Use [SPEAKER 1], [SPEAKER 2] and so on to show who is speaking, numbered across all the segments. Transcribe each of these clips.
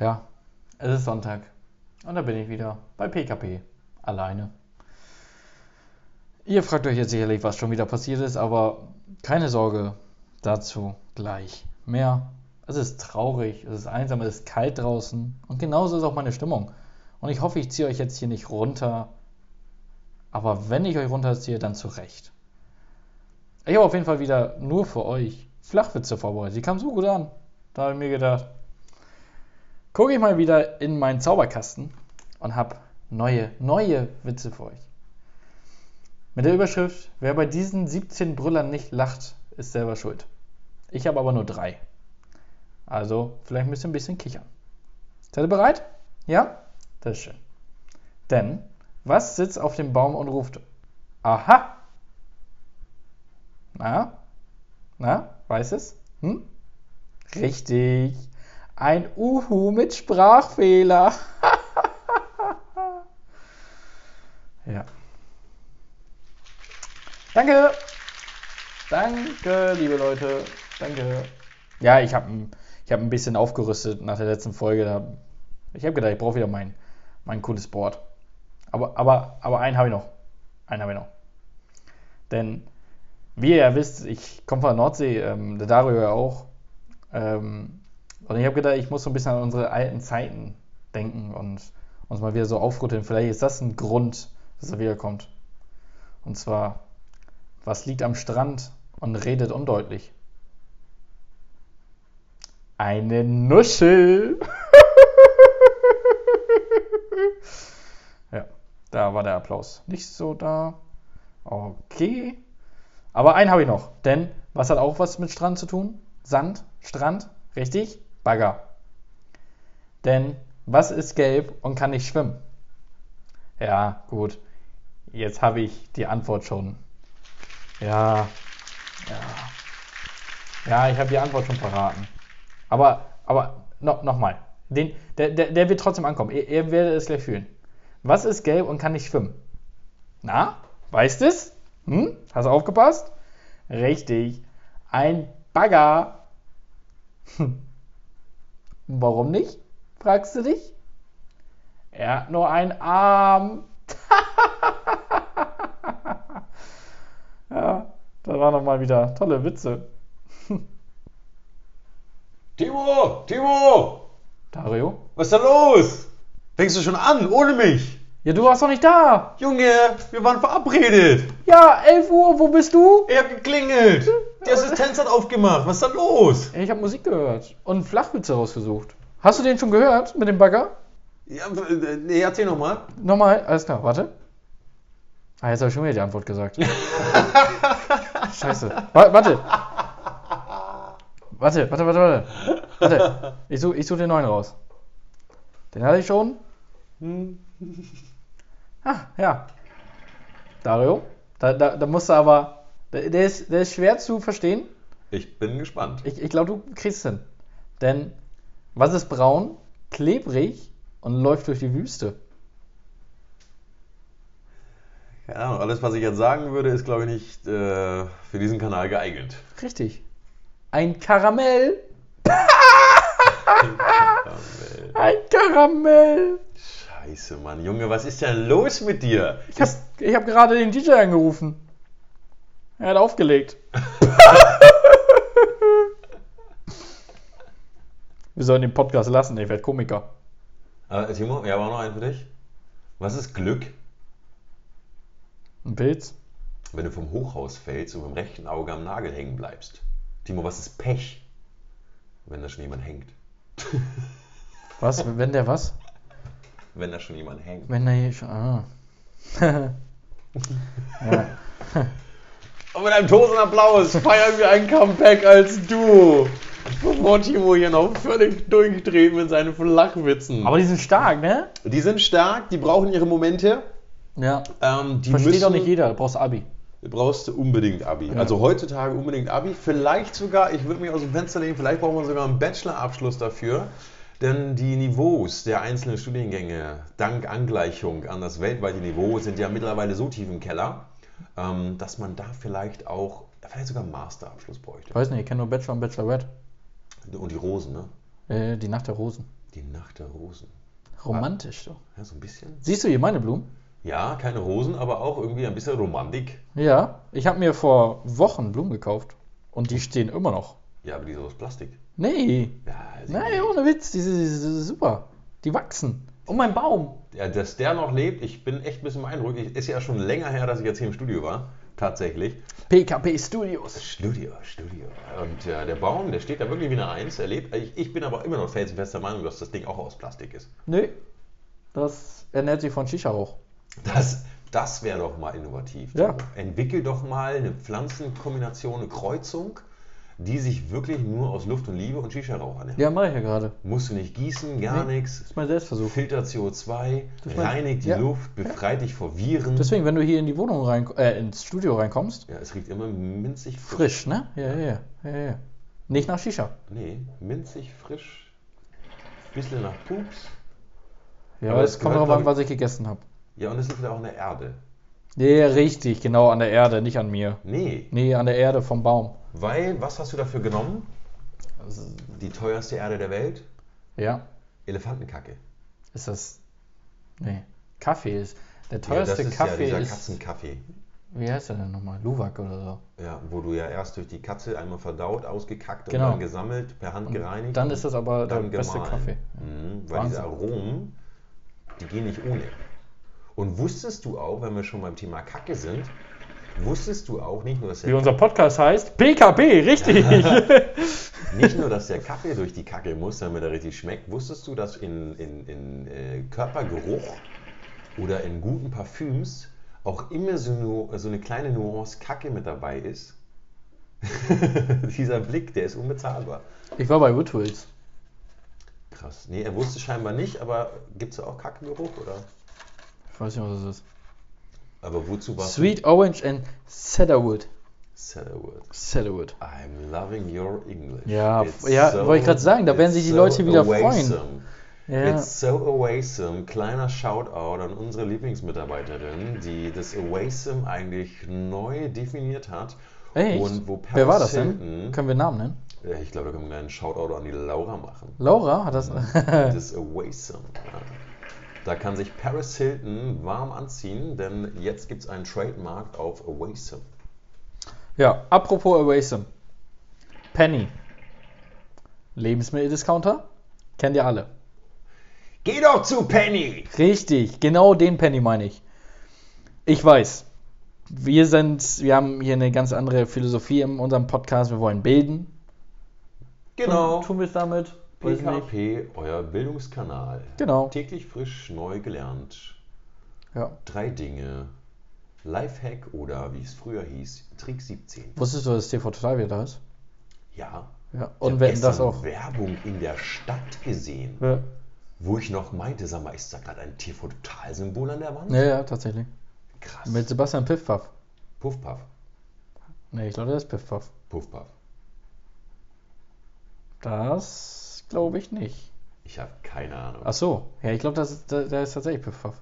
[SPEAKER 1] Ja, es ist Sonntag. Und da bin ich wieder bei PKP. Alleine. Ihr fragt euch jetzt sicherlich, was schon wieder passiert ist, aber keine Sorge, dazu gleich mehr. Es ist traurig, es ist einsam, es ist kalt draußen und genauso ist auch meine Stimmung. Und ich hoffe, ich ziehe euch jetzt hier nicht runter. Aber wenn ich euch runterziehe, dann zu Recht. Ich habe auf jeden Fall wieder nur für euch Flachwitze vorbereitet. Die kamen so gut an. Da habe ich mir gedacht, gucke ich mal wieder in meinen Zauberkasten und habe neue, neue Witze für euch. Mit der Überschrift, wer bei diesen 17 Brüllern nicht lacht, ist selber schuld. Ich habe aber nur drei. Also vielleicht müsst ihr ein bisschen kichern. Seid ihr bereit? Ja? Das ist schön. Denn, was sitzt auf dem Baum und ruft? Aha! Na? Na? Weiß es? Hm? Richtig. Ein Uhu mit Sprachfehler. ja. Danke. Danke, liebe Leute. Danke. Ja, ich habe ich hab ein bisschen aufgerüstet nach der letzten Folge. Da, ich habe gedacht, ich brauche wieder mein, mein cooles Board. Aber, aber, aber einen habe ich noch. Einen habe ich noch. Denn, wie ihr ja wisst, ich komme von der Nordsee, ähm, der Dario ja auch. Ähm, und ich habe gedacht, ich muss so ein bisschen an unsere alten Zeiten denken und uns mal wieder so aufrütteln. Vielleicht ist das ein Grund, dass er wiederkommt. Und zwar, was liegt am Strand und redet undeutlich? Eine Nuschel! ja, da war der Applaus nicht so da. Okay. Aber einen habe ich noch, denn was hat auch was mit Strand zu tun? Sand, Strand, richtig? Bagger. Denn was ist gelb und kann nicht schwimmen? Ja, gut. Jetzt habe ich die Antwort schon. Ja, ja. Ja, ich habe die Antwort schon verraten. Aber, aber no, nochmal. Den, der, der, der wird trotzdem ankommen. Ihr, ihr werdet es gleich fühlen. Was ist gelb und kann nicht schwimmen? Na, weißt es? Hm? Hast du aufgepasst? Richtig. Ein Bagger. Hm. Warum nicht? Fragst du dich? Er hat nur einen Arm. ja, da waren noch mal wieder tolle Witze.
[SPEAKER 2] Timo, Timo,
[SPEAKER 1] Dario?
[SPEAKER 2] was ist da los? Fängst du schon an, ohne mich?
[SPEAKER 1] Ja, du warst doch nicht da.
[SPEAKER 2] Junge, wir waren verabredet.
[SPEAKER 1] Ja, 11 Uhr, wo bist du?
[SPEAKER 2] Ich hab geklingelt. Die Assistenz hat aufgemacht. Was ist da los?
[SPEAKER 1] Ich habe Musik gehört und Flachwitze rausgesucht. Hast du den schon gehört mit dem Bagger?
[SPEAKER 2] Ja, äh, nee, erzähl nochmal.
[SPEAKER 1] Nochmal, alles klar, warte. Ah, jetzt habe ich schon wieder die Antwort gesagt. Scheiße. Wa- Warte. Warte, warte, warte, warte. Warte. Ich suche ich such den neuen raus. Den hatte ich schon.
[SPEAKER 2] Hm.
[SPEAKER 1] Ah, ja. Dario, da, da, da musst du aber. Der, der, ist, der ist schwer zu verstehen.
[SPEAKER 2] Ich bin gespannt.
[SPEAKER 1] Ich, ich glaube, du kriegst hin. Denn was ist braun, klebrig und läuft durch die Wüste?
[SPEAKER 2] Keine Ahnung, alles, was ich jetzt sagen würde, ist, glaube ich, nicht äh, für diesen Kanal geeignet.
[SPEAKER 1] Richtig. Ein Karamell. Ein Karamell.
[SPEAKER 2] Scheiße, Mann. Junge, was ist denn los mit dir?
[SPEAKER 1] Ich habe ich hab gerade den DJ angerufen. Er hat aufgelegt. Wir sollen den Podcast lassen, ich werde Komiker.
[SPEAKER 2] Äh, Timo, ja, war noch ein für dich. Was ist Glück?
[SPEAKER 1] Ein Pilz.
[SPEAKER 2] Wenn du vom Hochhaus fällst und mit dem rechten Auge am Nagel hängen bleibst. Timo, was ist Pech? Wenn da schon jemand hängt.
[SPEAKER 1] Was? Wenn der was?
[SPEAKER 2] Wenn da schon jemand hängt.
[SPEAKER 1] Wenn der hier schon. Ah. ja.
[SPEAKER 2] Und mit einem tosenden Applaus feiern wir ein Comeback als Duo. Bevor Timo hier noch völlig durchdreht mit seinen Flachwitzen.
[SPEAKER 1] Aber die sind stark, ne?
[SPEAKER 2] die sind stark, die brauchen ihre Momente.
[SPEAKER 1] Ja.
[SPEAKER 2] Ähm, die
[SPEAKER 1] Versteht
[SPEAKER 2] müssen,
[SPEAKER 1] doch nicht jeder, du brauchst Abi.
[SPEAKER 2] Du brauchst unbedingt Abi. Also heutzutage unbedingt Abi. Vielleicht sogar, ich würde mich aus dem Fenster lehnen, vielleicht brauchen wir sogar einen Bachelorabschluss dafür. Denn die Niveaus der einzelnen Studiengänge dank Angleichung an das weltweite Niveau sind ja mittlerweile so tief im Keller, ähm, dass man da vielleicht auch, vielleicht sogar einen Masterabschluss bräuchte.
[SPEAKER 1] Ich weiß nicht, ich kenne nur Bachelor und Bachelorette.
[SPEAKER 2] Und die Rosen, ne?
[SPEAKER 1] Äh, die Nacht der Rosen.
[SPEAKER 2] Die Nacht der Rosen.
[SPEAKER 1] Romantisch so.
[SPEAKER 2] Ja, so ein bisschen.
[SPEAKER 1] Siehst du hier meine Blumen?
[SPEAKER 2] Ja, keine Rosen, aber auch irgendwie ein bisschen Romantik.
[SPEAKER 1] Ja, ich habe mir vor Wochen Blumen gekauft und die stehen immer noch.
[SPEAKER 2] Ja, aber die sind aus Plastik.
[SPEAKER 1] Nee,
[SPEAKER 2] Ja, also-
[SPEAKER 1] nee, ohne Witz, die, die, die, die super. Die wachsen. Um meinen Baum.
[SPEAKER 2] Ja, dass der noch lebt, ich bin echt ein bisschen beeindruckt. Ich, ist ja schon länger her, dass ich jetzt hier im Studio war. Tatsächlich.
[SPEAKER 1] PKP Studios.
[SPEAKER 2] Studio, Studio. Und äh, der Baum, der steht da wirklich wie eine Eins. Er lebt. Ich, ich bin aber immer noch felsenfester Meinung, dass das Ding auch aus Plastik ist.
[SPEAKER 1] Nee, das ernährt sich von Shisha-Rauch.
[SPEAKER 2] Das, das wäre doch mal innovativ.
[SPEAKER 1] Ja.
[SPEAKER 2] Entwickel doch mal eine Pflanzenkombination, eine Kreuzung, die sich wirklich nur aus Luft und Liebe und Shisha-Rauch ernährt.
[SPEAKER 1] Ja, mache ich ja gerade.
[SPEAKER 2] Musst du nicht gießen, gar
[SPEAKER 1] Nee.
[SPEAKER 2] nichts.
[SPEAKER 1] Das ist mein Selbstversuch.
[SPEAKER 2] Filter CO2,
[SPEAKER 1] Das mein-
[SPEAKER 2] reinigt die
[SPEAKER 1] ja.
[SPEAKER 2] Luft, befreit dich vor Viren.
[SPEAKER 1] Deswegen, wenn du hier in die Wohnung rein, äh, ins Studio reinkommst,
[SPEAKER 2] ja, es riecht immer minzig frisch.
[SPEAKER 1] frisch, ne? Ja, ja, ja, ja, ja. Nicht nach Shisha.
[SPEAKER 2] Nee, minzig frisch. Bisschen nach Pups.
[SPEAKER 1] Ja,
[SPEAKER 2] Aber
[SPEAKER 1] aber
[SPEAKER 2] es
[SPEAKER 1] es kommt
[SPEAKER 2] gehört,
[SPEAKER 1] darauf an,
[SPEAKER 2] glaub
[SPEAKER 1] was ich gegessen habe.
[SPEAKER 2] Ja, und es liegt auch an der Erde.
[SPEAKER 1] Nee, richtig, genau, an der Erde, nicht an mir.
[SPEAKER 2] Nee,
[SPEAKER 1] Nee, an der Erde vom Baum.
[SPEAKER 2] weil, was hast du dafür genommen?
[SPEAKER 1] Also,
[SPEAKER 2] Die teuerste Erde der Welt?
[SPEAKER 1] ja,
[SPEAKER 2] Elefantenkacke.
[SPEAKER 1] ist das. Nee, Kaffee ist. Der
[SPEAKER 2] Ja, das
[SPEAKER 1] teuerste
[SPEAKER 2] ist ja
[SPEAKER 1] Kaffee
[SPEAKER 2] dieser
[SPEAKER 1] ist.
[SPEAKER 2] Katzenkaffee.
[SPEAKER 1] Wie heißt der denn nochmal? Luwak oder so.
[SPEAKER 2] Ja, wo du ja erst durch die Katze einmal verdaut, ausgekackt
[SPEAKER 1] Genau.
[SPEAKER 2] und dann gesammelt, per Hand gereinigt.
[SPEAKER 1] Dann ist das aber der
[SPEAKER 2] dann
[SPEAKER 1] beste
[SPEAKER 2] gemahlen.
[SPEAKER 1] Kaffee.
[SPEAKER 2] Mhm, weil diese Aromen, die gehen nicht ohne. Und wusstest du auch, wenn wir schon beim Thema Kacke sind, wusstest du auch nicht nur, dass
[SPEAKER 1] Wie
[SPEAKER 2] der,
[SPEAKER 1] unser Podcast heißt, PKP, richtig.
[SPEAKER 2] nicht nur, dass der Kaffee durch die Kacke muss, damit er richtig schmeckt, wusstest du, dass in, in, in äh, Körpergeruch oder in guten Parfüms auch immer so, nu- so eine kleine Nuance Kacke mit dabei ist? Dieser Blick, der ist unbezahlbar.
[SPEAKER 1] ich war bei Woodwills.
[SPEAKER 2] Krass. Nee, er wusste scheinbar nicht, aber gibt es auch Kackengeruch oder?
[SPEAKER 1] Ich weiß nicht, was das ist.
[SPEAKER 2] Aber wozu warst du-
[SPEAKER 1] Sweet Orange and Cedarwood.
[SPEAKER 2] Saddlewood.
[SPEAKER 1] Cedarwood.
[SPEAKER 2] I'm loving your English.
[SPEAKER 1] Ja, ja, wollte ich grad sagen, da werden sich die Leute wieder
[SPEAKER 2] freuen.
[SPEAKER 1] Ja.
[SPEAKER 2] It's so awesome. Kleiner Shoutout an unsere Lieblingsmitarbeiterin, die das awesome eigentlich neu definiert hat.
[SPEAKER 1] Echt?
[SPEAKER 2] Und wo
[SPEAKER 1] Wer war das denn?
[SPEAKER 2] Hilton,
[SPEAKER 1] Können wir Namen nennen?
[SPEAKER 2] denn? Ich glaube, da können wir einen kleinen Shoutout an die Laura machen.
[SPEAKER 1] Laura hat das.
[SPEAKER 2] Das awesome. Ja. Da kann sich Paris Hilton warm anziehen, denn jetzt gibt es einen Trademark auf awesome.
[SPEAKER 1] ja, apropos Awesome. Penny. Lebensmitteldiscounter? Kennt ihr alle.
[SPEAKER 2] Geh doch zu Penny!
[SPEAKER 1] Richtig, genau den Penny meine ich. Ich weiß. Wir sind, wir haben hier eine ganz andere Philosophie in unserem Podcast. Wir wollen bilden.
[SPEAKER 2] Genau.
[SPEAKER 1] Tun wir es damit? Weiß nicht.
[SPEAKER 2] PKP, euer Bildungskanal.
[SPEAKER 1] Genau.
[SPEAKER 2] Täglich frisch neu gelernt.
[SPEAKER 1] Ja.
[SPEAKER 2] Drei Dinge. Lifehack oder wie es früher hieß, Trick 17.
[SPEAKER 1] Wusstest du, dass TV Total wieder da ist?
[SPEAKER 2] Ja.
[SPEAKER 1] Ja.
[SPEAKER 2] ich
[SPEAKER 1] Und
[SPEAKER 2] hab
[SPEAKER 1] wenn das
[SPEAKER 2] gestern
[SPEAKER 1] auch.
[SPEAKER 2] Werbung in der Stadt gesehen,
[SPEAKER 1] Ja,
[SPEAKER 2] wo ich noch meinte, sag mal, ist da gerade ein TV-Total-Symbol an der Wand?
[SPEAKER 1] ja, ja, tatsächlich.
[SPEAKER 2] Krass.
[SPEAKER 1] Mit Sebastian Piffpaff.
[SPEAKER 2] Puffpuff.
[SPEAKER 1] Nee, ich glaube, das ist Piffpaff.
[SPEAKER 2] Puffpuff.
[SPEAKER 1] Das glaube ich nicht.
[SPEAKER 2] Ich habe keine Ahnung.
[SPEAKER 1] Ach so, ja, ich glaube, das ist, da, da ist tatsächlich Piffpaff.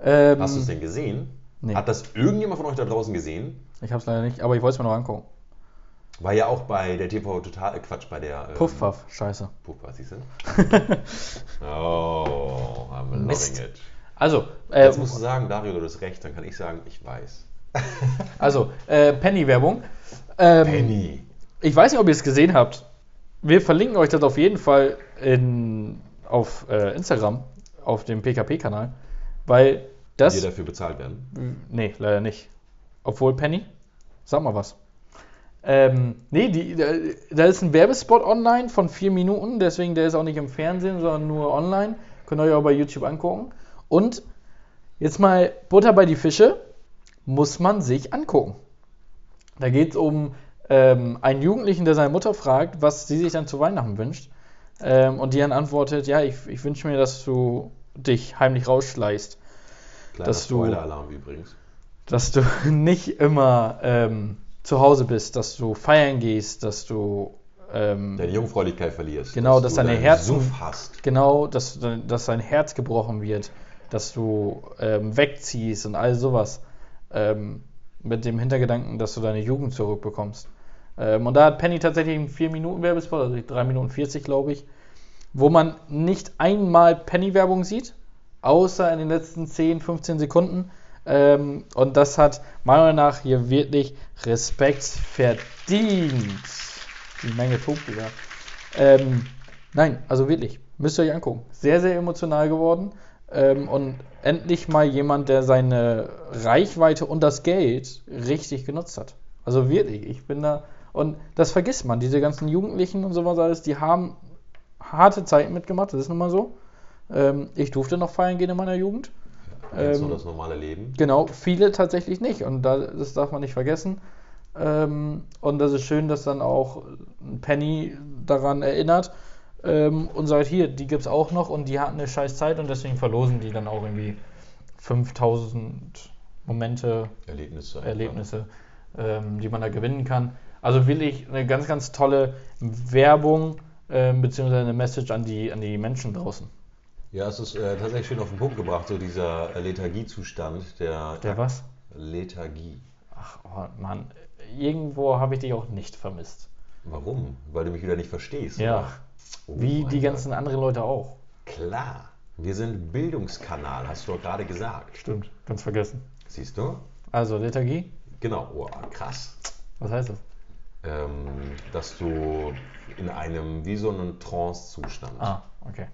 [SPEAKER 1] Ähm,
[SPEAKER 2] Hast du es denn gesehen?
[SPEAKER 1] Nee.
[SPEAKER 2] Hat das irgendjemand von euch da draußen gesehen?
[SPEAKER 1] Ich habe es leider nicht, aber ich wollte es mir noch angucken.
[SPEAKER 2] War ja auch bei der TV-Total, äh, Quatsch, bei der. ähm,
[SPEAKER 1] Puffpaff, scheiße.
[SPEAKER 2] Pupa, siehst du? oh, I'm loving
[SPEAKER 1] Mist.
[SPEAKER 2] it.
[SPEAKER 1] Also, äh,
[SPEAKER 2] Jetzt musst du sagen, Dario, du hast recht, dann kann ich sagen, ich weiß.
[SPEAKER 1] also äh, Penny-Werbung. Ähm,
[SPEAKER 2] Penny.
[SPEAKER 1] Ich weiß nicht, ob ihr es gesehen habt. Wir verlinken euch das auf jeden Fall in, auf äh, Instagram, auf dem PKP-Kanal, weil
[SPEAKER 2] Die
[SPEAKER 1] das.
[SPEAKER 2] dafür bezahlt werden.
[SPEAKER 1] Nee, leider nicht. Obwohl, Penny, sag mal was. Ähm, nee, die, da, da ist ein Werbespot online von vier Minuten, deswegen der ist auch nicht im Fernsehen, sondern nur online. Könnt ihr euch auch bei YouTube angucken. Und jetzt mal Butter bei die Fische, muss man sich angucken. Da geht es um ähm, einen Jugendlichen, der seine Mutter fragt, was sie sich dann zu Weihnachten wünscht. Ähm, und die dann antwortet, ja, ich, ich wünsche mir, dass du dich heimlich rausschleißt
[SPEAKER 2] Kleiner
[SPEAKER 1] Dass du-
[SPEAKER 2] Spoiler-Alarm übrigens.
[SPEAKER 1] dass du nicht immer ähm, zu Hause bist, dass du feiern gehst, dass du ähm,
[SPEAKER 2] Deine Jungfräulichkeit verlierst.
[SPEAKER 1] Genau, dass
[SPEAKER 2] du
[SPEAKER 1] deine
[SPEAKER 2] deinen
[SPEAKER 1] Herzen-
[SPEAKER 2] Suff hast.
[SPEAKER 1] genau, dass, dein- dass dein Herz gebrochen wird, dass du ähm, wegziehst und all sowas. Ähm, mit dem Hintergedanken, dass du deine Jugend zurückbekommst. Ähm, und da hat Penny tatsächlich einen 4 Minuten Werbespot, also 3 Minuten 40, glaube ich, wo man nicht einmal Penny-Werbung sieht, außer in den letzten 10, 15 Sekunden. Ähm, und das hat meiner Meinung nach hier wirklich Respekt verdient. Die Menge tobt wieder. Ähm, nein, also wirklich. Müsst ihr euch angucken. Sehr, sehr emotional geworden. Ähm, und endlich mal jemand, der seine Reichweite und das Geld richtig genutzt hat. Also wirklich, ich bin da. Und das vergisst man. Diese ganzen Jugendlichen und sowas alles, die haben harte Zeiten mitgemacht. Das ist nun mal so. Ähm, ich durfte noch feiern gehen in meiner Jugend.
[SPEAKER 2] Ganz so
[SPEAKER 1] Ähm,
[SPEAKER 2] das normale Leben.
[SPEAKER 1] Genau, viele tatsächlich nicht. Und da, das darf man nicht vergessen. Ähm, und das ist schön, dass dann auch Penny daran erinnert ähm, und sagt, hier, die gibt es auch noch und die hatten eine scheiß Zeit und deswegen verlosen die dann auch irgendwie 5000 Momente,
[SPEAKER 2] Erlebnisse.
[SPEAKER 1] Erlebnisse, ähm, die man da gewinnen kann. Also wirklich eine ganz, ganz tolle Werbung ähm, beziehungsweise eine Message an die, an die Menschen draußen.
[SPEAKER 2] Ja, es ist äh, tatsächlich schön auf den Punkt gebracht, so dieser äh, Lethargiezustand der,
[SPEAKER 1] Der was?
[SPEAKER 2] Lethargie.
[SPEAKER 1] Ach, oh Mann, irgendwo habe ich dich auch nicht vermisst.
[SPEAKER 2] Warum? Weil du mich wieder nicht verstehst.
[SPEAKER 1] Ja,
[SPEAKER 2] Oh
[SPEAKER 1] wie
[SPEAKER 2] mein
[SPEAKER 1] die
[SPEAKER 2] Gott.
[SPEAKER 1] ganzen anderen Leute auch.
[SPEAKER 2] Klar. Wir sind Bildungskanal, hast du doch gerade gesagt.
[SPEAKER 1] Stimmt, ganz vergessen.
[SPEAKER 2] Siehst du?
[SPEAKER 1] Also Lethargie,
[SPEAKER 2] Genau. Oh, krass.
[SPEAKER 1] was heißt das?
[SPEAKER 2] Ähm, dass du in einem wie so einem Trance-Zustand
[SPEAKER 1] Ah, okay.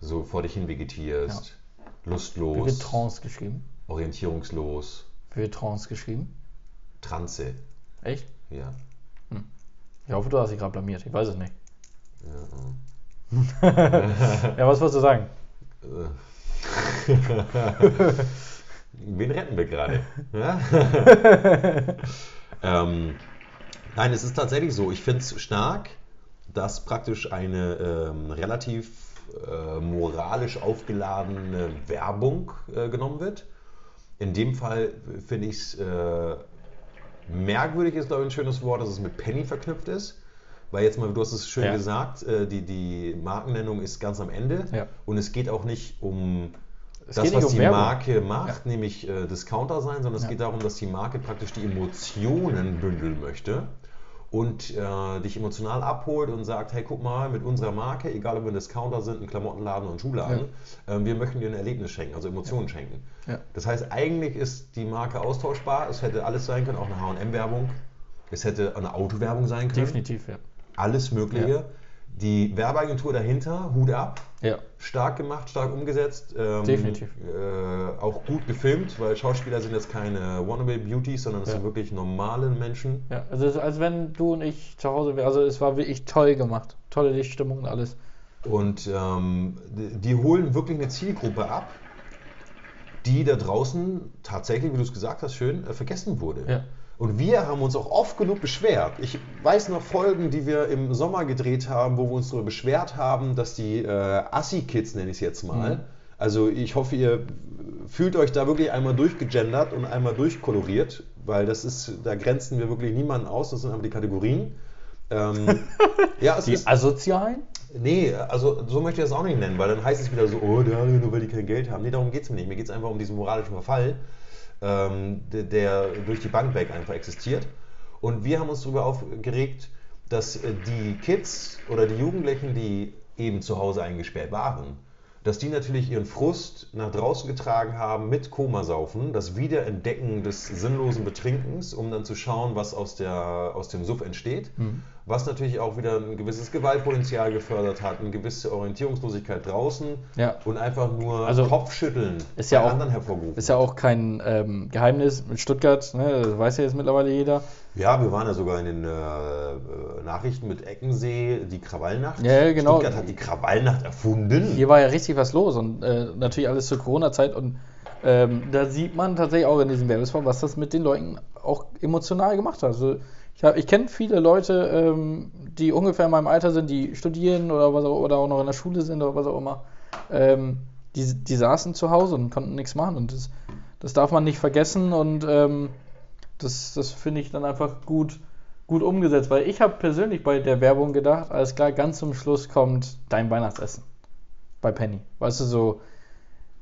[SPEAKER 2] so vor dich hin vegetierst,
[SPEAKER 1] Wie wird
[SPEAKER 2] lustlos,
[SPEAKER 1] Trance geschrieben?
[SPEAKER 2] orientierungslos,
[SPEAKER 1] Wie wird Trance geschrieben?
[SPEAKER 2] Transe.
[SPEAKER 1] Echt?
[SPEAKER 2] Ja.
[SPEAKER 1] Ich hoffe, du hast dich gerade blamiert. Ich weiß es nicht.
[SPEAKER 2] ja.
[SPEAKER 1] Ja, was wolltest du sagen?
[SPEAKER 2] Äh. Wen retten wir gerade? Ja? ähm, nein, es ist tatsächlich so. Ich finde es stark, dass praktisch eine ähm, relativ äh, moralisch aufgeladene Werbung äh, genommen wird. In dem Fall finde ich es äh, merkwürdig, ist glaube ich ein schönes Wort, dass es mit Penny verknüpft ist. Weil jetzt mal, du hast es schön
[SPEAKER 1] Ja.
[SPEAKER 2] gesagt, äh, die, die Markennennung ist ganz am Ende.
[SPEAKER 1] Ja.
[SPEAKER 2] Und es geht auch nicht um
[SPEAKER 1] Es
[SPEAKER 2] das,
[SPEAKER 1] geht
[SPEAKER 2] was
[SPEAKER 1] nicht um
[SPEAKER 2] die
[SPEAKER 1] Werbung.
[SPEAKER 2] Marke macht, nämlich äh, Discounter sein, sondern es
[SPEAKER 1] Ja.
[SPEAKER 2] geht darum, dass die Marke praktisch die Emotionen bündeln möchte und äh, dich emotional abholt und sagt, hey, guck mal, mit unserer Marke, egal ob wir ein Discounter sind, ein Klamottenladen oder ein Schuhladen, ähm, wir möchten dir ein Erlebnis schenken, also Emotionen schenken.
[SPEAKER 1] Ja.
[SPEAKER 2] Das heißt, eigentlich ist die Marke austauschbar. Es hätte alles sein können, auch eine H&M-Werbung. Es hätte eine Autowerbung sein können.
[SPEAKER 1] Definitiv, ja.
[SPEAKER 2] Alles Mögliche.
[SPEAKER 1] Ja.
[SPEAKER 2] Die Werbeagentur dahinter, Hut ab.
[SPEAKER 1] Ja,
[SPEAKER 2] Stark gemacht, stark umgesetzt. Ähm,
[SPEAKER 1] Definitiv.
[SPEAKER 2] Äh, auch gut gefilmt, weil Schauspieler sind jetzt keine Wannabe-Beauties, sondern es
[SPEAKER 1] Ja.
[SPEAKER 2] sind wirklich normale Menschen.
[SPEAKER 1] ja. Also es ist, als wenn du und ich zu Hause wären. Also es war wirklich toll gemacht. Tolle Lichtstimmung und alles.
[SPEAKER 2] Und ähm, die, die holen wirklich eine Zielgruppe ab, die da draußen tatsächlich, wie du es gesagt hast, schön äh, vergessen wurde.
[SPEAKER 1] Ja.
[SPEAKER 2] Und wir haben uns auch oft genug beschwert. Ich weiß noch Folgen, die wir im Sommer gedreht haben, wo wir uns darüber beschwert haben, dass die äh, Assi-Kids, nenne ich es jetzt mal,
[SPEAKER 1] Mhm.
[SPEAKER 2] also ich hoffe, ihr fühlt euch da wirklich einmal durchgegendert und einmal durchkoloriert, weil das ist, da grenzen wir wirklich niemanden aus, das sind einfach die Kategorien. Ähm, ja, es
[SPEAKER 1] Die
[SPEAKER 2] ist,
[SPEAKER 1] Asozialen?
[SPEAKER 2] Nee, also so möchte ich das auch nicht nennen, weil dann heißt es wieder so, oh, der, nur weil die kein Geld haben. Nee, darum geht es mir nicht. Mir geht es einfach um diesen moralischen Verfall, ähm, der, der durch die Bank weg einfach existiert. Und wir haben uns darüber aufgeregt, dass äh, die Kids oder die Jugendlichen, die eben zu Hause eingesperrt waren, dass die natürlich ihren Frust nach draußen getragen haben mit Komasaufen, das Wiederentdecken des sinnlosen Betrinkens, um dann zu schauen, was aus, der, aus dem Suff entsteht,
[SPEAKER 1] Mhm.
[SPEAKER 2] was natürlich auch wieder ein gewisses Gewaltpotenzial gefördert hat, eine gewisse Orientierungslosigkeit draußen
[SPEAKER 1] Ja.
[SPEAKER 2] und einfach nur
[SPEAKER 1] Also,
[SPEAKER 2] Kopfschütteln
[SPEAKER 1] ist ja
[SPEAKER 2] bei
[SPEAKER 1] auch-
[SPEAKER 2] anderen hervorgerufen.
[SPEAKER 1] Ist ja auch kein ähm, Geheimnis mit Stuttgart, ne? das weiß ja jetzt mittlerweile jeder.
[SPEAKER 2] Ja, wir waren ja sogar in den äh, äh, Nachrichten mit Eckensee, die Krawallnacht.
[SPEAKER 1] Ja, ja, genau.
[SPEAKER 2] Stuttgart hat die Krawallnacht erfunden.
[SPEAKER 1] Hier war ja richtig was los und äh, natürlich alles zur Corona-Zeit und ähm, da sieht man tatsächlich auch in diesem Werbespot, was das mit den Leuten auch emotional gemacht hat. Also ich, hab- ich kenne viele Leute, ähm, die ungefähr in meinem Alter sind, die studieren oder was auch, oder auch noch in der Schule sind oder was auch immer. Ähm, die, die saßen zu Hause und konnten nichts machen und das, das darf man nicht vergessen und ähm, das, das finde ich dann einfach gut, gut umgesetzt, weil ich habe persönlich bei der Werbung gedacht, alles klar, ganz zum Schluss kommt dein Weihnachtsessen bei Penny. Weißt du, so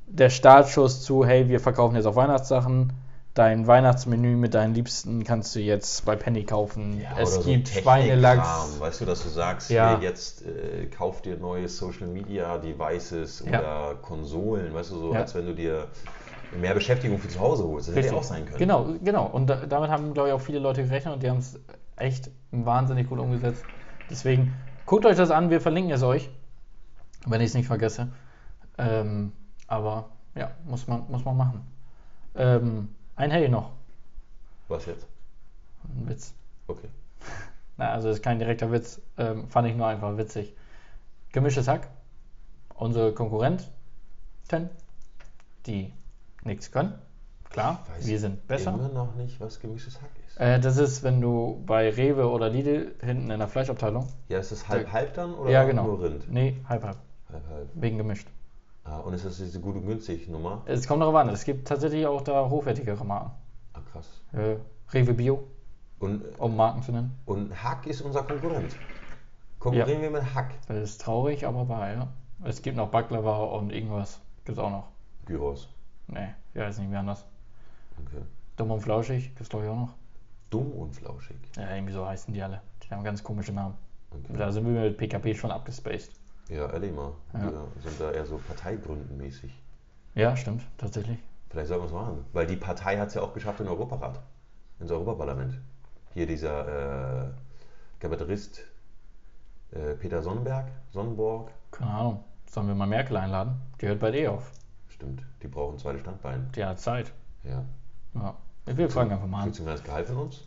[SPEAKER 1] der Startschuss zu, hey, wir verkaufen jetzt auch Weihnachtssachen, Dein Weihnachtsmenü mit deinen Liebsten kannst du jetzt bei Penny kaufen.
[SPEAKER 2] Ja,
[SPEAKER 1] es
[SPEAKER 2] oder so
[SPEAKER 1] gibt
[SPEAKER 2] Technikkram,
[SPEAKER 1] Schweinelachs.
[SPEAKER 2] Weißt du, dass du sagst,
[SPEAKER 1] Ja.
[SPEAKER 2] hier, jetzt äh, kauf dir neue Social Media Devices
[SPEAKER 1] Ja.
[SPEAKER 2] oder Konsolen, weißt du, so
[SPEAKER 1] Ja.
[SPEAKER 2] als wenn du dir mehr Beschäftigung für zu Hause holst. Das hätte ja auch sein können.
[SPEAKER 1] Genau, genau. Und da, damit haben, glaube ich, auch viele Leute gerechnet und die haben es echt wahnsinnig gut umgesetzt. Deswegen guckt euch das an, wir verlinken es euch, wenn ich es nicht vergesse. Ähm, aber ja, muss man, muss man machen. Ähm, ein Hey noch.
[SPEAKER 2] Was jetzt?
[SPEAKER 1] Ein Witz.
[SPEAKER 2] Okay.
[SPEAKER 1] Na, also ist kein direkter Witz, ähm, fand ich nur einfach witzig. Gemischtes Hack, unsere Konkurrenten, die nichts können. Klar,
[SPEAKER 2] Ich weiß
[SPEAKER 1] wir sind besser.
[SPEAKER 2] Immer noch nicht, was gemischtes Hack ist.
[SPEAKER 1] Äh, das ist, wenn du bei Rewe oder Lidl hinten in der Fleischabteilung.
[SPEAKER 2] Ja, ist das halb-halb dann oder
[SPEAKER 1] ja, genau.
[SPEAKER 2] nur Rind?
[SPEAKER 1] Nee, halb, halb.
[SPEAKER 2] Halb-halb.
[SPEAKER 1] Wegen gemischt.
[SPEAKER 2] Ah, und ist das diese gute und günstig Nummer?
[SPEAKER 1] Es kommt darauf an, es gibt tatsächlich auch da hochwertigere Marken.
[SPEAKER 2] Ah, krass.
[SPEAKER 1] Äh, Rewe Bio,
[SPEAKER 2] Und, äh,
[SPEAKER 1] um Marken zu nennen.
[SPEAKER 2] und Hack ist unser Konkurrent. Konkurrieren wir mit Hack.
[SPEAKER 1] Das ist traurig, aber wahr, ja. Es gibt noch Baklava und irgendwas. Gibt's auch noch.
[SPEAKER 2] Gyros.
[SPEAKER 1] Nee, ja, ist nicht mehr anders.
[SPEAKER 2] Okay.
[SPEAKER 1] Dumm und Flauschig gibt's glaube ich auch noch.
[SPEAKER 2] Dumm und flauschig.
[SPEAKER 1] Ja, irgendwie so heißen die alle. Die haben ganz komische Namen.
[SPEAKER 2] Okay.
[SPEAKER 1] Da sind wir mit PKP schon abgespaced.
[SPEAKER 2] Ja, ehrlich mal.
[SPEAKER 1] Ja.
[SPEAKER 2] Wir sind da eher so parteigründenmäßig.
[SPEAKER 1] Ja, stimmt, tatsächlich.
[SPEAKER 2] Vielleicht sollten wir es machen. Weil die Partei hat es ja auch geschafft in Europarat. Ins Europaparlament. Hier dieser äh, Kabarettist äh, Peter Sonnenberg. Sonnenborg.
[SPEAKER 1] Keine Ahnung. Sollen wir mal Merkel einladen? Die hört bald eh auf.
[SPEAKER 2] Stimmt. Die brauchen ein zweites Standbein.
[SPEAKER 1] Die hat Zeit.
[SPEAKER 2] Ja.
[SPEAKER 1] Ja. Wir fragen einfach mal an.
[SPEAKER 2] Kriegst du ein kleines Gehalt von uns?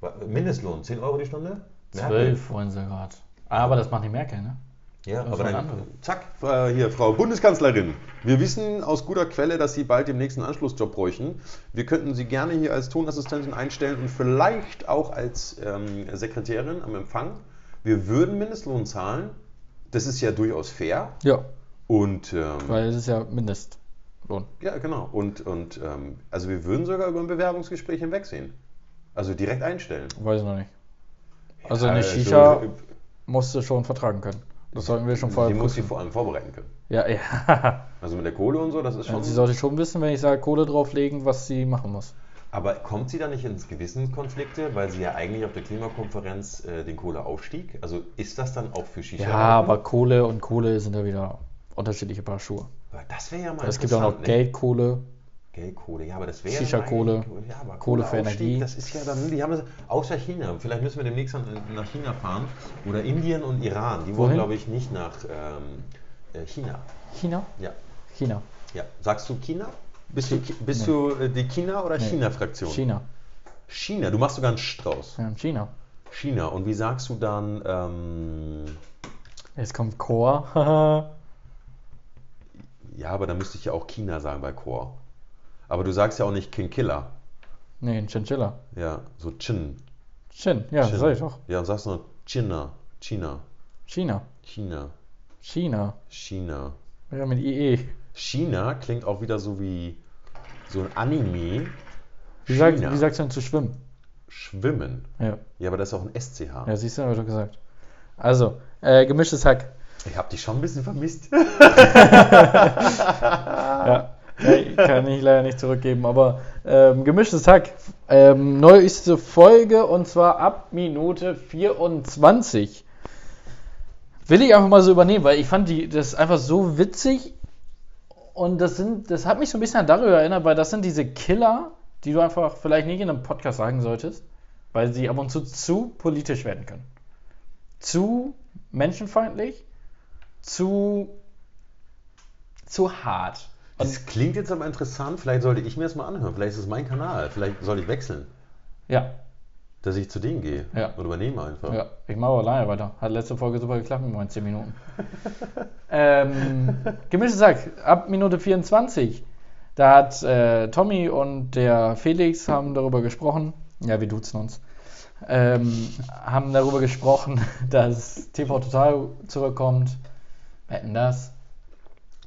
[SPEAKER 2] Wa- Mindestlohn, 10 Euro die Stunde? Merkel.
[SPEAKER 1] Zwölf wollen sie gerade. Aber das macht nicht Merkel, ne?
[SPEAKER 2] Ja,
[SPEAKER 1] Das
[SPEAKER 2] aber
[SPEAKER 1] war
[SPEAKER 2] dann,
[SPEAKER 1] eine andere.
[SPEAKER 2] zack, äh, hier, Frau Bundeskanzlerin. Wir wissen aus guter Quelle, dass Sie bald den nächsten Anschlussjob bräuchen. Wir könnten Sie gerne hier als Tonassistentin einstellen und vielleicht auch als ähm, Sekretärin am Empfang. Wir würden Mindestlohn zahlen. Das ist ja durchaus fair.
[SPEAKER 1] Ja,
[SPEAKER 2] Und, ähm,
[SPEAKER 1] weil es ist ja Mindestlohn.
[SPEAKER 2] ja, genau. Und, und ähm, also wir würden sogar über ein Bewerbungsgespräch hinwegsehen. Also direkt einstellen.
[SPEAKER 1] Weiß ich noch nicht. Also eine
[SPEAKER 2] Also,
[SPEAKER 1] Shisha
[SPEAKER 2] äh,
[SPEAKER 1] musst du schon vertragen können. Das sollten wir schon
[SPEAKER 2] die
[SPEAKER 1] vorher
[SPEAKER 2] muss sie
[SPEAKER 1] prüfen.
[SPEAKER 2] vor allem vorbereiten können.
[SPEAKER 1] Ja, ja.
[SPEAKER 2] Also mit der Kohle und so, das ist schon.
[SPEAKER 1] Sie sollte schon wissen, wenn ich sage, Kohle drauflegen, was sie machen muss.
[SPEAKER 2] Aber kommt sie da nicht ins Gewissenskonflikte, weil sie ja eigentlich auf der Klimakonferenz äh, den Kohleaufstieg? Also ist das dann auch für Shisha?
[SPEAKER 1] Ja, aber Kohle und Kohle sind ja wieder unterschiedliche Paar Schuhe.
[SPEAKER 2] aber das wäre ja mal
[SPEAKER 1] Es gibt auch noch
[SPEAKER 2] interessant, ne?
[SPEAKER 1] Geldkohle.
[SPEAKER 2] Geldkohle, ja, aber das wäre
[SPEAKER 1] Shisha-Kohle,
[SPEAKER 2] mal- ja, aber
[SPEAKER 1] Kohle für
[SPEAKER 2] Kohleaufstieg,
[SPEAKER 1] Energie.
[SPEAKER 2] Das ist ja dann, die haben das außer China. Vielleicht müssen wir demnächst dann äh, nach China fahren oder Indien und Iran. Die wollen,
[SPEAKER 1] Wohin?
[SPEAKER 2] glaube ich, nicht nach ähm, äh, China.
[SPEAKER 1] China?
[SPEAKER 2] Ja,
[SPEAKER 1] China.
[SPEAKER 2] ja. Sagst du China? Bist du, bist du äh, die China oder
[SPEAKER 1] Nee.
[SPEAKER 2] China-Fraktion?
[SPEAKER 1] China.
[SPEAKER 2] China. Du machst sogar einen Strauß.
[SPEAKER 1] Ja, China.
[SPEAKER 2] China. Und wie sagst du dann? Ähm,
[SPEAKER 1] Jetzt kommt Chor. Haha.
[SPEAKER 2] Ja, aber dann müsste ich ja auch China sagen bei Chor. Aber du sagst ja auch nicht King Killer.
[SPEAKER 1] nee, ein Chinchilla.
[SPEAKER 2] Ja, so Chin.
[SPEAKER 1] Chin. Ja,
[SPEAKER 2] Chin.
[SPEAKER 1] sag ich doch.
[SPEAKER 2] Ja, und sagst nur China, China,
[SPEAKER 1] China.
[SPEAKER 2] China,
[SPEAKER 1] China.
[SPEAKER 2] China.
[SPEAKER 1] Ja, mit E. IE.
[SPEAKER 2] China klingt auch wieder so wie so ein Anime.
[SPEAKER 1] Wie, sagt,
[SPEAKER 2] China.
[SPEAKER 1] wie sagst du denn zu schwimmen?
[SPEAKER 2] Schwimmen.
[SPEAKER 1] Ja,
[SPEAKER 2] Ja, aber das ist auch ein SCH.
[SPEAKER 1] ja siehst du, habe ich doch gesagt. Also, äh, gemischtes Hack.
[SPEAKER 2] Ich habe dich schon ein bisschen vermisst.
[SPEAKER 1] Ja, kann- kann ich leider nicht zurückgeben, aber ähm, gemischtes Hack. Ähm, neueste Folge und zwar ab Minute 24. Will ich einfach mal so übernehmen, weil ich fand die, das einfach so witzig und das, sind, das hat mich so ein bisschen an Dario erinnert, weil das sind diese Killer, die du einfach vielleicht nicht in einem Podcast sagen solltest, weil sie ab und zu zu politisch werden können. Zu menschenfeindlich, zu, zu hart.
[SPEAKER 2] Das klingt jetzt aber interessant. Vielleicht sollte ich mir das mal anhören. Vielleicht ist es mein Kanal. Vielleicht soll ich wechseln,
[SPEAKER 1] Ja,
[SPEAKER 2] dass ich zu denen gehe
[SPEAKER 1] Ja.
[SPEAKER 2] und übernehme einfach.
[SPEAKER 1] Ja, ich mache aber alleine weiter. Hat letzte Folge super geklappt mit meinen 10 Minuten. ähm, gemischtes Sack, ab Minute 24. Da hat äh, Tommy und der Felix haben darüber gesprochen. Ja, wir duzen uns. Ähm, haben darüber gesprochen, dass TV Total zurückkommt. Wir hätten das.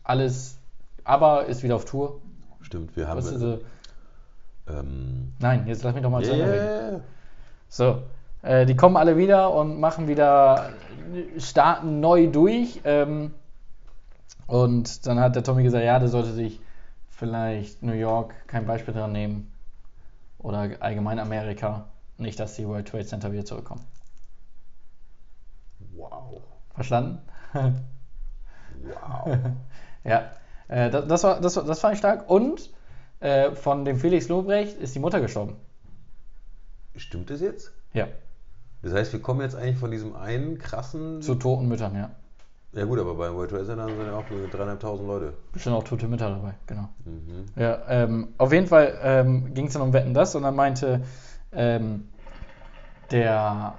[SPEAKER 1] Alles. Aber ist wieder auf Tour.
[SPEAKER 2] Stimmt, wir haben.
[SPEAKER 1] Was ist, äh,
[SPEAKER 2] ähm,
[SPEAKER 1] nein, jetzt lass mich doch mal zu Ende reden.
[SPEAKER 2] yeah.
[SPEAKER 1] So, äh, die kommen alle wieder und machen wieder, starten neu durch. Ähm, und dann hat der Tommy gesagt, ja, der sollte sich vielleicht New York kein Beispiel dran nehmen. oder allgemein Amerika nicht, dass die World Trade Center wieder zurückkommen.
[SPEAKER 2] Wow.
[SPEAKER 1] Verstanden?
[SPEAKER 2] Wow.
[SPEAKER 1] Ja, äh, das, das, war, das, war- das fand ich stark. Und äh, von dem Felix Lobrecht ist die Mutter gestorben.
[SPEAKER 2] Stimmt das jetzt?
[SPEAKER 1] Ja,
[SPEAKER 2] Das heißt, wir kommen jetzt eigentlich von diesem einen krassen.
[SPEAKER 1] zu toten Müttern, ja.
[SPEAKER 2] ja, gut, aber beim World Trade Center sind ja auch nur 3.500 Leute.
[SPEAKER 1] Bestimmt auch tote Mütter dabei, genau.
[SPEAKER 2] Mhm.
[SPEAKER 1] Ja, ähm, auf jeden Fall ähm, ging es dann um Wetten das und dann meinte ähm, der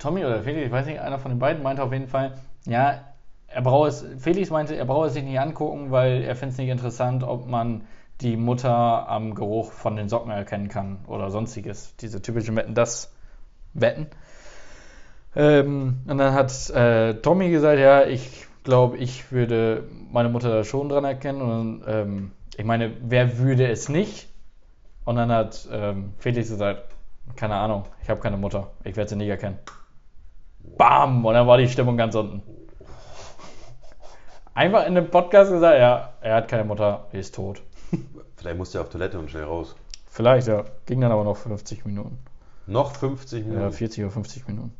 [SPEAKER 1] Tommy oder Felix, ich weiß nicht, einer von den beiden meinte auf jeden Fall, ja, er brauche es, Felix meinte, er brauche es sich nicht angucken, weil er fände es nicht interessant, ob man die Mutter am Geruch von den Socken erkennen kann oder sonstiges. Diese typischen Wetten das Wetten. Ähm, und dann hat äh, Tommy gesagt, ja, ich glaube, ich würde meine Mutter da schon dran erkennen. Und ähm, ich meine, wer würde es nicht? Und dann hat ähm, Felix gesagt, keine Ahnung, ich habe keine Mutter, ich werde sie nicht erkennen. Bam! Und dann war die Stimmung ganz unten. Einfach in dem Podcast gesagt, ja, er hat keine Mutter, er ist tot.
[SPEAKER 2] Vielleicht musst du ja auf Toilette und schnell raus.
[SPEAKER 1] Vielleicht, ja. Ging dann aber noch 50 Minuten.
[SPEAKER 2] Noch 50
[SPEAKER 1] Ja,
[SPEAKER 2] Minuten.
[SPEAKER 1] 40 oder 50 Minuten.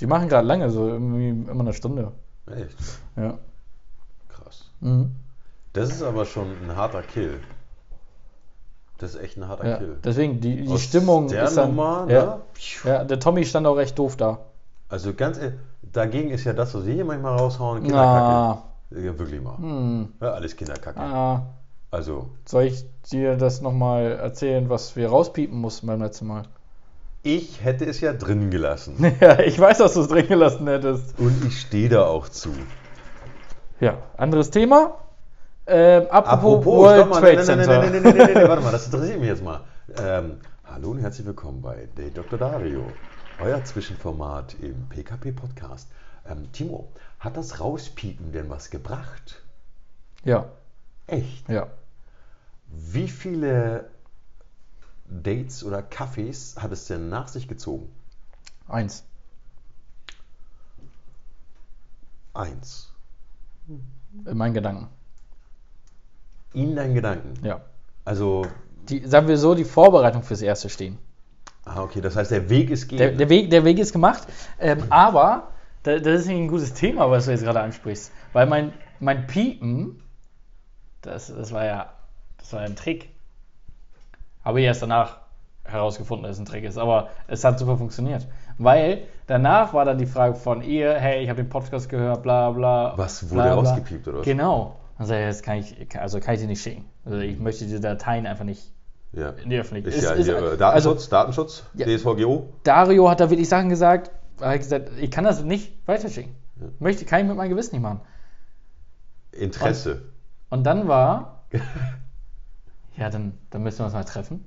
[SPEAKER 1] Die machen gerade lange, so irgendwie immer eine Stunde.
[SPEAKER 2] Echt?
[SPEAKER 1] Ja.
[SPEAKER 2] Krass.
[SPEAKER 1] Mhm.
[SPEAKER 2] Das ist aber schon ein harter Kill. Das ist echt ein harter
[SPEAKER 1] Ja,
[SPEAKER 2] Kill.
[SPEAKER 1] deswegen, die, die
[SPEAKER 2] Aus
[SPEAKER 1] Stimmung
[SPEAKER 2] der
[SPEAKER 1] ist dann.
[SPEAKER 2] Nummer, ne?
[SPEAKER 1] ja, ja, der Tommy stand auch recht doof da.
[SPEAKER 2] Also ganz ehrlich, dagegen ist ja das, was wir hier manchmal raushauen, Kinderkacke.
[SPEAKER 1] Na,
[SPEAKER 2] Ja, wirklich mal.
[SPEAKER 1] Ah, hm,
[SPEAKER 2] Ja, alles Kinderkacke.
[SPEAKER 1] ah,
[SPEAKER 2] Also,
[SPEAKER 1] soll ich dir das nochmal erzählen, was wir rauspiepen mussten beim letzten Mal?
[SPEAKER 2] ich hätte es ja drin gelassen.
[SPEAKER 1] ja, ich weiß, dass du es drin gelassen hättest.
[SPEAKER 2] Und ich stehe da auch zu.
[SPEAKER 1] Ja, anderes Thema. Ähm, apropos,
[SPEAKER 2] Apropos,
[SPEAKER 1] World
[SPEAKER 2] stopp mal,
[SPEAKER 1] Trade
[SPEAKER 2] nein, nein, nein,
[SPEAKER 1] Center.
[SPEAKER 2] nein, nein, nein, nein, nein, nein, warte mal, das interessiert mich jetzt mal. Ähm, hallo und herzlich willkommen bei Day Dr. Dario, euer Zwischenformat im PKP-Podcast. Ähm, Timo, hat das Rauspiepen denn was gebracht?
[SPEAKER 1] Ja,
[SPEAKER 2] Echt?
[SPEAKER 1] ja.
[SPEAKER 2] Wie viele Dates oder Kaffees hat es denn nach sich gezogen?
[SPEAKER 1] Eins.
[SPEAKER 2] Eins.
[SPEAKER 1] In meinen Gedanken.
[SPEAKER 2] In deinen Gedanken.
[SPEAKER 1] Ja.
[SPEAKER 2] Also,
[SPEAKER 1] Die, sagen wir so, die Vorbereitung fürs erste stehen.
[SPEAKER 2] ah, okay, das heißt, der Weg ist
[SPEAKER 1] Der,
[SPEAKER 2] gehen. ne?
[SPEAKER 1] der, Weg, der Weg ist gemacht, ähm, aber da, das ist ein gutes Thema, was du jetzt gerade ansprichst. Weil mein, mein Piepen, das, das, war ja, das war ja ein Trick. Habe ich erst danach herausgefunden, dass es ein Trick ist, aber es hat super funktioniert. Weil danach war dann die Frage von ihr, hey, ich habe den Podcast gehört, bla bla.
[SPEAKER 2] Was
[SPEAKER 1] bla,
[SPEAKER 2] wurde
[SPEAKER 1] bla.
[SPEAKER 2] rausgepiept, oder was?
[SPEAKER 1] Genau. Also jetzt kann ich, also kann ich dir nicht schicken. Also ich möchte diese Dateien einfach nicht
[SPEAKER 2] ja.
[SPEAKER 1] in die Öffentlichkeit.
[SPEAKER 2] Ist,
[SPEAKER 1] Ist-
[SPEAKER 2] ja
[SPEAKER 1] ist-
[SPEAKER 2] hier äh, Datenschutz,
[SPEAKER 1] also-
[SPEAKER 2] Datenschutz,
[SPEAKER 1] Ja.
[SPEAKER 2] DSVGO.
[SPEAKER 1] Dario hat da wirklich Sachen gesagt, da hat er gesagt, ich kann das nicht weiterschicken.
[SPEAKER 2] Ja.
[SPEAKER 1] Möchte, kann ich mit meinem Gewissen nicht machen.
[SPEAKER 2] Interesse.
[SPEAKER 1] Und dann war, ja, dann, dann müssen wir uns mal treffen.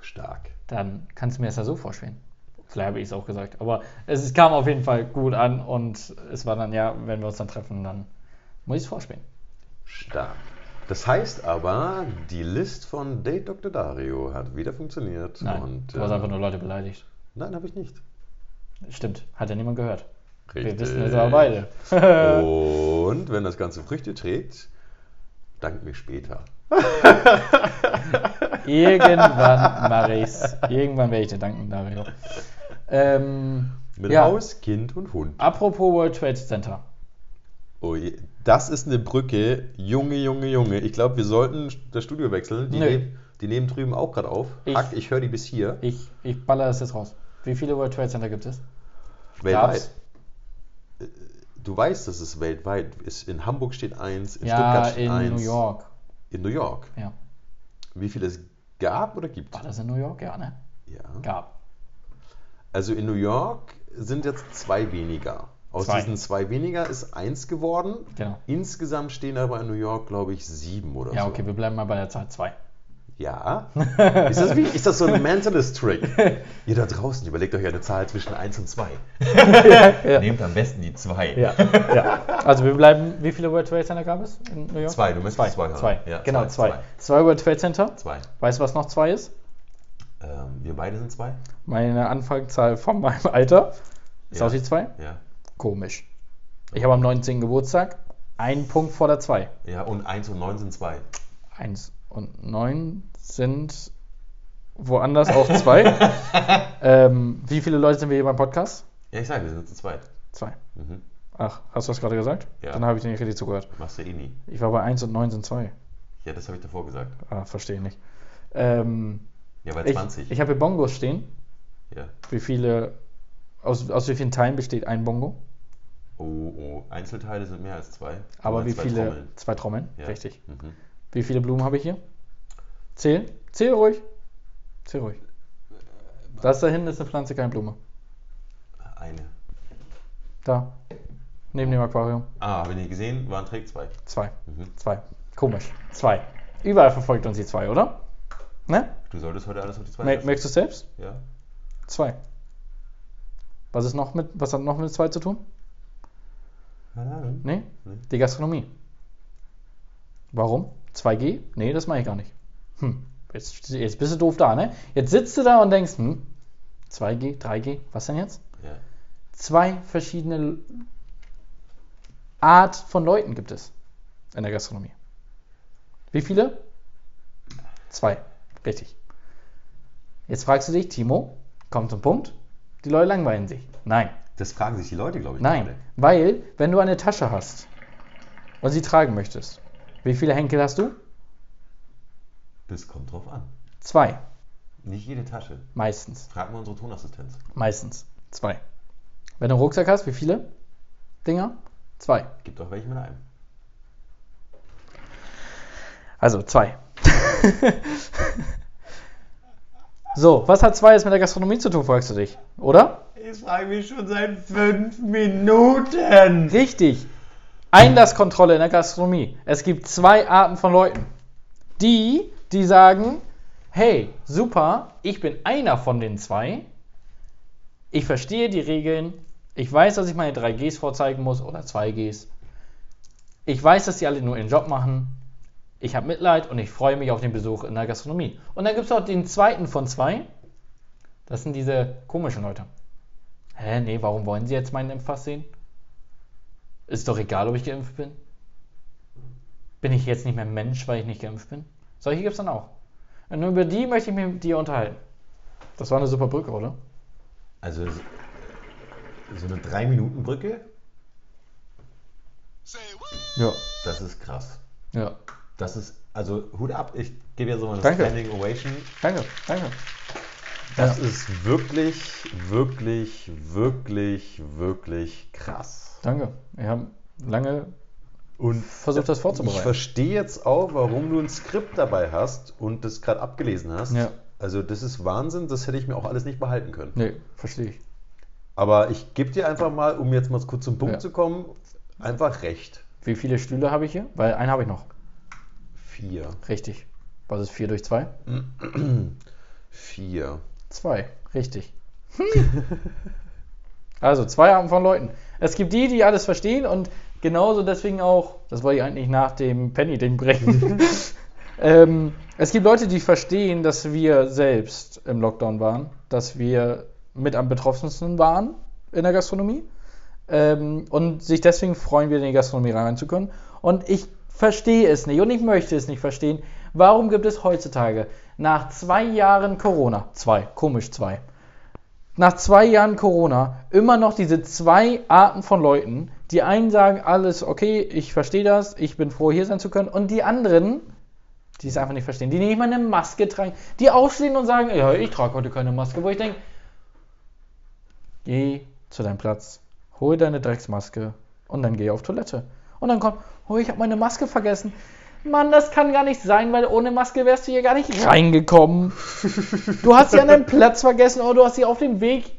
[SPEAKER 2] Stark.
[SPEAKER 1] Dann kannst du mir das ja so vorstellen. Vielleicht habe ich es auch gesagt. Aber es, es kam auf jeden Fall gut an und es war dann, ja, wenn wir uns dann treffen, dann muss ich es vorspielen.
[SPEAKER 2] Stark. Das heißt aber, die List von Date Dr. Dario hat wieder funktioniert.
[SPEAKER 1] Nein,
[SPEAKER 2] und,
[SPEAKER 1] du hast
[SPEAKER 2] äh,
[SPEAKER 1] einfach nur Leute beleidigt.
[SPEAKER 2] Nein, habe ich nicht.
[SPEAKER 1] Stimmt, hat ja niemand gehört. Wir
[SPEAKER 2] Richtig. Oh.
[SPEAKER 1] wissen es aber beide.
[SPEAKER 2] Und wenn das Ganze Früchte trägt, dank mir später.
[SPEAKER 1] Irgendwann mache ich es. Irgendwann werde ich dir danken, Dario. Ähm,
[SPEAKER 2] Mit
[SPEAKER 1] Ja.
[SPEAKER 2] Haus, Kind und Hund.
[SPEAKER 1] apropos World Trade Center.
[SPEAKER 2] Oh je. Das ist eine Brücke. Junge, Junge, Junge. Ich glaube, wir sollten das Studio wechseln. Die,
[SPEAKER 1] Nö.
[SPEAKER 2] nehmen, die nehmen drüben auch gerade auf.
[SPEAKER 1] Ich-
[SPEAKER 2] Hack, ich höre die bis hier.
[SPEAKER 1] Ich, ich baller das jetzt raus. Wie viele World Trade Center gibt es?
[SPEAKER 2] Weltweit.
[SPEAKER 1] Darf's?
[SPEAKER 2] Du weißt, dass es weltweit ist. In Hamburg steht eins, in
[SPEAKER 1] ja,
[SPEAKER 2] Stuttgart steht
[SPEAKER 1] in
[SPEAKER 2] eins.
[SPEAKER 1] New York.
[SPEAKER 2] In New York.
[SPEAKER 1] Ja.
[SPEAKER 2] Wie viel es gab oder gibt?
[SPEAKER 1] War das in New York? Ja, ne?
[SPEAKER 2] Ja.
[SPEAKER 1] Gab.
[SPEAKER 2] Also in New York sind jetzt zwei weniger. Aus
[SPEAKER 1] Zwei.
[SPEAKER 2] diesen zwei weniger ist eins geworden.
[SPEAKER 1] Genau.
[SPEAKER 2] Insgesamt stehen aber in New York, glaube ich, sieben oder
[SPEAKER 1] Ja,
[SPEAKER 2] so.
[SPEAKER 1] okay, wir bleiben mal bei der Zahl 2.
[SPEAKER 2] Ja. Ist das, wie, ist das so ein Mentalist-Trick? Ihr da draußen, überlegt euch eine Zahl zwischen 1 und 2. Nehmt am besten die 2.
[SPEAKER 1] Ja, ja. Also wir bleiben, wie viele World Trade Center gab es in New York?
[SPEAKER 2] Zwei, du möchtest
[SPEAKER 1] zwei.
[SPEAKER 2] zwei haben.
[SPEAKER 1] Zwei.
[SPEAKER 2] Ja,
[SPEAKER 1] genau,
[SPEAKER 2] zwei,
[SPEAKER 1] zwei. Zwei. World Trade Center.
[SPEAKER 2] 2.
[SPEAKER 1] Weißt du, was noch zwei ist?
[SPEAKER 2] Ähm, wir beide sind 2?
[SPEAKER 1] Meine Anfangszahl von meinem Alter ist
[SPEAKER 2] Ja.
[SPEAKER 1] auch die 2.
[SPEAKER 2] Ja.
[SPEAKER 1] Komisch. Ich habe am 19. Geburtstag einen Punkt vor der 2.
[SPEAKER 2] Ja, und 1 und 9 sind 2.
[SPEAKER 1] 1 und 9 sind woanders auch zwei. ähm, wie viele Leute sind wir hier beim Podcast?
[SPEAKER 2] Ja, ich sage, wir sind zu zweit.
[SPEAKER 1] Zwei.
[SPEAKER 2] Mhm.
[SPEAKER 1] Ach, hast du das gerade gesagt?
[SPEAKER 2] Ja.
[SPEAKER 1] Dann habe ich dir nicht richtig zugehört.
[SPEAKER 2] Machst du eh nie.
[SPEAKER 1] Ich war bei 1 und 9 sind 2.
[SPEAKER 2] Ja, das habe ich davor gesagt.
[SPEAKER 1] Ah, verstehe nicht. Ähm,
[SPEAKER 2] Ja, bei
[SPEAKER 1] ich
[SPEAKER 2] 20.
[SPEAKER 1] ich habe hier Bongos stehen.
[SPEAKER 2] ja.
[SPEAKER 1] Wie viele, aus, aus wie vielen Teilen besteht ein Bongo?
[SPEAKER 2] Oh, oh. Einzelteile sind mehr als zwei.
[SPEAKER 1] Aber
[SPEAKER 2] Nur
[SPEAKER 1] wie
[SPEAKER 2] zwei
[SPEAKER 1] viele?
[SPEAKER 2] Trommeln.
[SPEAKER 1] Zwei Trommeln,
[SPEAKER 2] Ja.
[SPEAKER 1] richtig.
[SPEAKER 2] Mhm.
[SPEAKER 1] Wie viele Blumen habe ich hier? Zähl, zähl ruhig. Zähl ruhig.
[SPEAKER 2] Äh,
[SPEAKER 1] Das da hinten ist eine Pflanze, keine Blume.
[SPEAKER 2] Eine.
[SPEAKER 1] Da, neben dem Aquarium.
[SPEAKER 2] Ah, habe ich nicht gesehen. Waren trägt zwei.
[SPEAKER 1] Zwei,
[SPEAKER 2] Mhm.
[SPEAKER 1] zwei. Komisch, zwei. Überall verfolgt uns die zwei, oder? Ne?
[SPEAKER 2] Du solltest heute alles auf die zwei
[SPEAKER 1] Mer
[SPEAKER 2] setzen.
[SPEAKER 1] merkst du es selbst?
[SPEAKER 2] Ja.
[SPEAKER 1] Zwei. Was, ist noch mit, was hat noch mit zwei zu tun?
[SPEAKER 2] Keine Ahnung.
[SPEAKER 1] Nee?
[SPEAKER 2] Nee.
[SPEAKER 1] Die Gastronomie. Warum? 2G? Nee, das mache ich gar nicht. Hm, jetzt, jetzt bist du doof da, ne? Jetzt sitzt du da und denkst, hm, 2G, 3G, was denn jetzt?
[SPEAKER 2] Ja.
[SPEAKER 1] Zwei verschiedene L- Art von Leuten gibt es in der Gastronomie. Wie viele? Zwei. Richtig. Jetzt fragst du dich, Timo, komm zum Punkt. Die Leute langweilen sich. Nein.
[SPEAKER 2] Das fragen sich die Leute, glaube ich.
[SPEAKER 1] Nein,
[SPEAKER 2] gerade.
[SPEAKER 1] weil wenn du eine Tasche hast und sie tragen möchtest, wie viele Henkel hast du?
[SPEAKER 2] Das kommt drauf an.
[SPEAKER 1] Zwei,
[SPEAKER 2] Nicht jede Tasche.
[SPEAKER 1] meistens.
[SPEAKER 2] Fragen wir unsere Tonassistenz.
[SPEAKER 1] Meistens. Zwei. Wenn du einen Rucksack hast, wie viele Dinger? Zwei.
[SPEAKER 2] Gibt auch welche mit einem.
[SPEAKER 1] Also zwei. so, was hat zwei jetzt mit der Gastronomie zu tun, fragst du dich, oder?
[SPEAKER 2] Ich frage mich schon seit fünf Minuten.
[SPEAKER 1] Richtig. Einlasskontrolle in der Gastronomie. Es gibt zwei Arten von Leuten. Die, die sagen, hey, super, ich bin einer von den zwei. Ich verstehe die Regeln. Ich weiß, dass ich meine 3Gs vorzeigen muss oder 2Gs. Ich weiß, dass die alle nur ihren Job machen. Ich habe Mitleid und ich freue mich auf den Besuch in der Gastronomie. Und dann gibt es auch den zweiten von zwei. Das sind diese komischen Leute. Hä, nee, warum wollen sie jetzt meinen Impfpass sehen? Ist doch egal, ob ich geimpft bin. Bin ich jetzt nicht mehr Mensch, weil ich nicht geimpft bin? Solche gibt es dann auch. Und nur über die möchte ich mich mit dir unterhalten. Das war eine super Brücke, oder?
[SPEAKER 2] Also so so eine 3-Minuten-Brücke,
[SPEAKER 1] Ja.
[SPEAKER 2] das ist krass.
[SPEAKER 1] Ja.
[SPEAKER 2] Das ist, also Hut ab, ich gebe ja so eine
[SPEAKER 1] Danke.
[SPEAKER 2] Standing Ovation.
[SPEAKER 1] Danke, danke.
[SPEAKER 2] Das
[SPEAKER 1] Ja.
[SPEAKER 2] ist wirklich, wirklich, wirklich, wirklich krass.
[SPEAKER 1] Danke. Wir haben lange
[SPEAKER 2] Und
[SPEAKER 1] versucht, das
[SPEAKER 2] ich
[SPEAKER 1] vorzubereiten.
[SPEAKER 2] verstehe jetzt auch, warum du ein Skript dabei hast und das gerade abgelesen hast.
[SPEAKER 1] Ja.
[SPEAKER 2] Also das ist Wahnsinn, das hätte ich mir auch alles nicht behalten können.
[SPEAKER 1] nee, verstehe ich.
[SPEAKER 2] Aber ich gebe dir einfach mal, um jetzt mal kurz zum Punkt
[SPEAKER 1] Ja.
[SPEAKER 2] zu kommen, einfach recht.
[SPEAKER 1] Wie viele Stühle habe ich hier? Weil einen habe ich noch.
[SPEAKER 2] Vier.
[SPEAKER 1] Richtig. Was ist 4 durch 2?
[SPEAKER 2] Vier.
[SPEAKER 1] 2. Richtig. Hm. also zwei Arten von Leuten. Es gibt die, die alles verstehen und genauso deswegen auch, das wollte ich eigentlich nach dem Penny-Ding bringen. ähm, es gibt Leute, die verstehen, dass wir selbst im Lockdown waren, dass wir mit am betroffensten waren in der Gastronomie ähm, und sich deswegen freuen, wieder in die Gastronomie rein zu können. Und ich verstehe es nicht und ich möchte es nicht verstehen. Warum gibt es heutzutage nach zwei Jahren Corona, zwei, komisch zwei, nach zwei Jahren Corona immer noch diese zwei Arten von Leuten, die einen sagen, alles okay, ich verstehe das, ich bin froh, hier sein zu können, und die anderen, die es einfach nicht verstehen, die nicht mal eine Maske tragen, die aufstehen und sagen, ja, ich trage heute keine Maske, wo ich denke, geh zu deinem Platz, hol deine Drecksmaske und dann geh auf Toilette. Und dann kommt, oh, ich habe meine Maske vergessen. Mann, das kann gar nicht sein, weil ohne Maske wärst du hier gar nicht reingekommen. Du hast sie an deinem Platz vergessen oder du hast sie auf dem Weg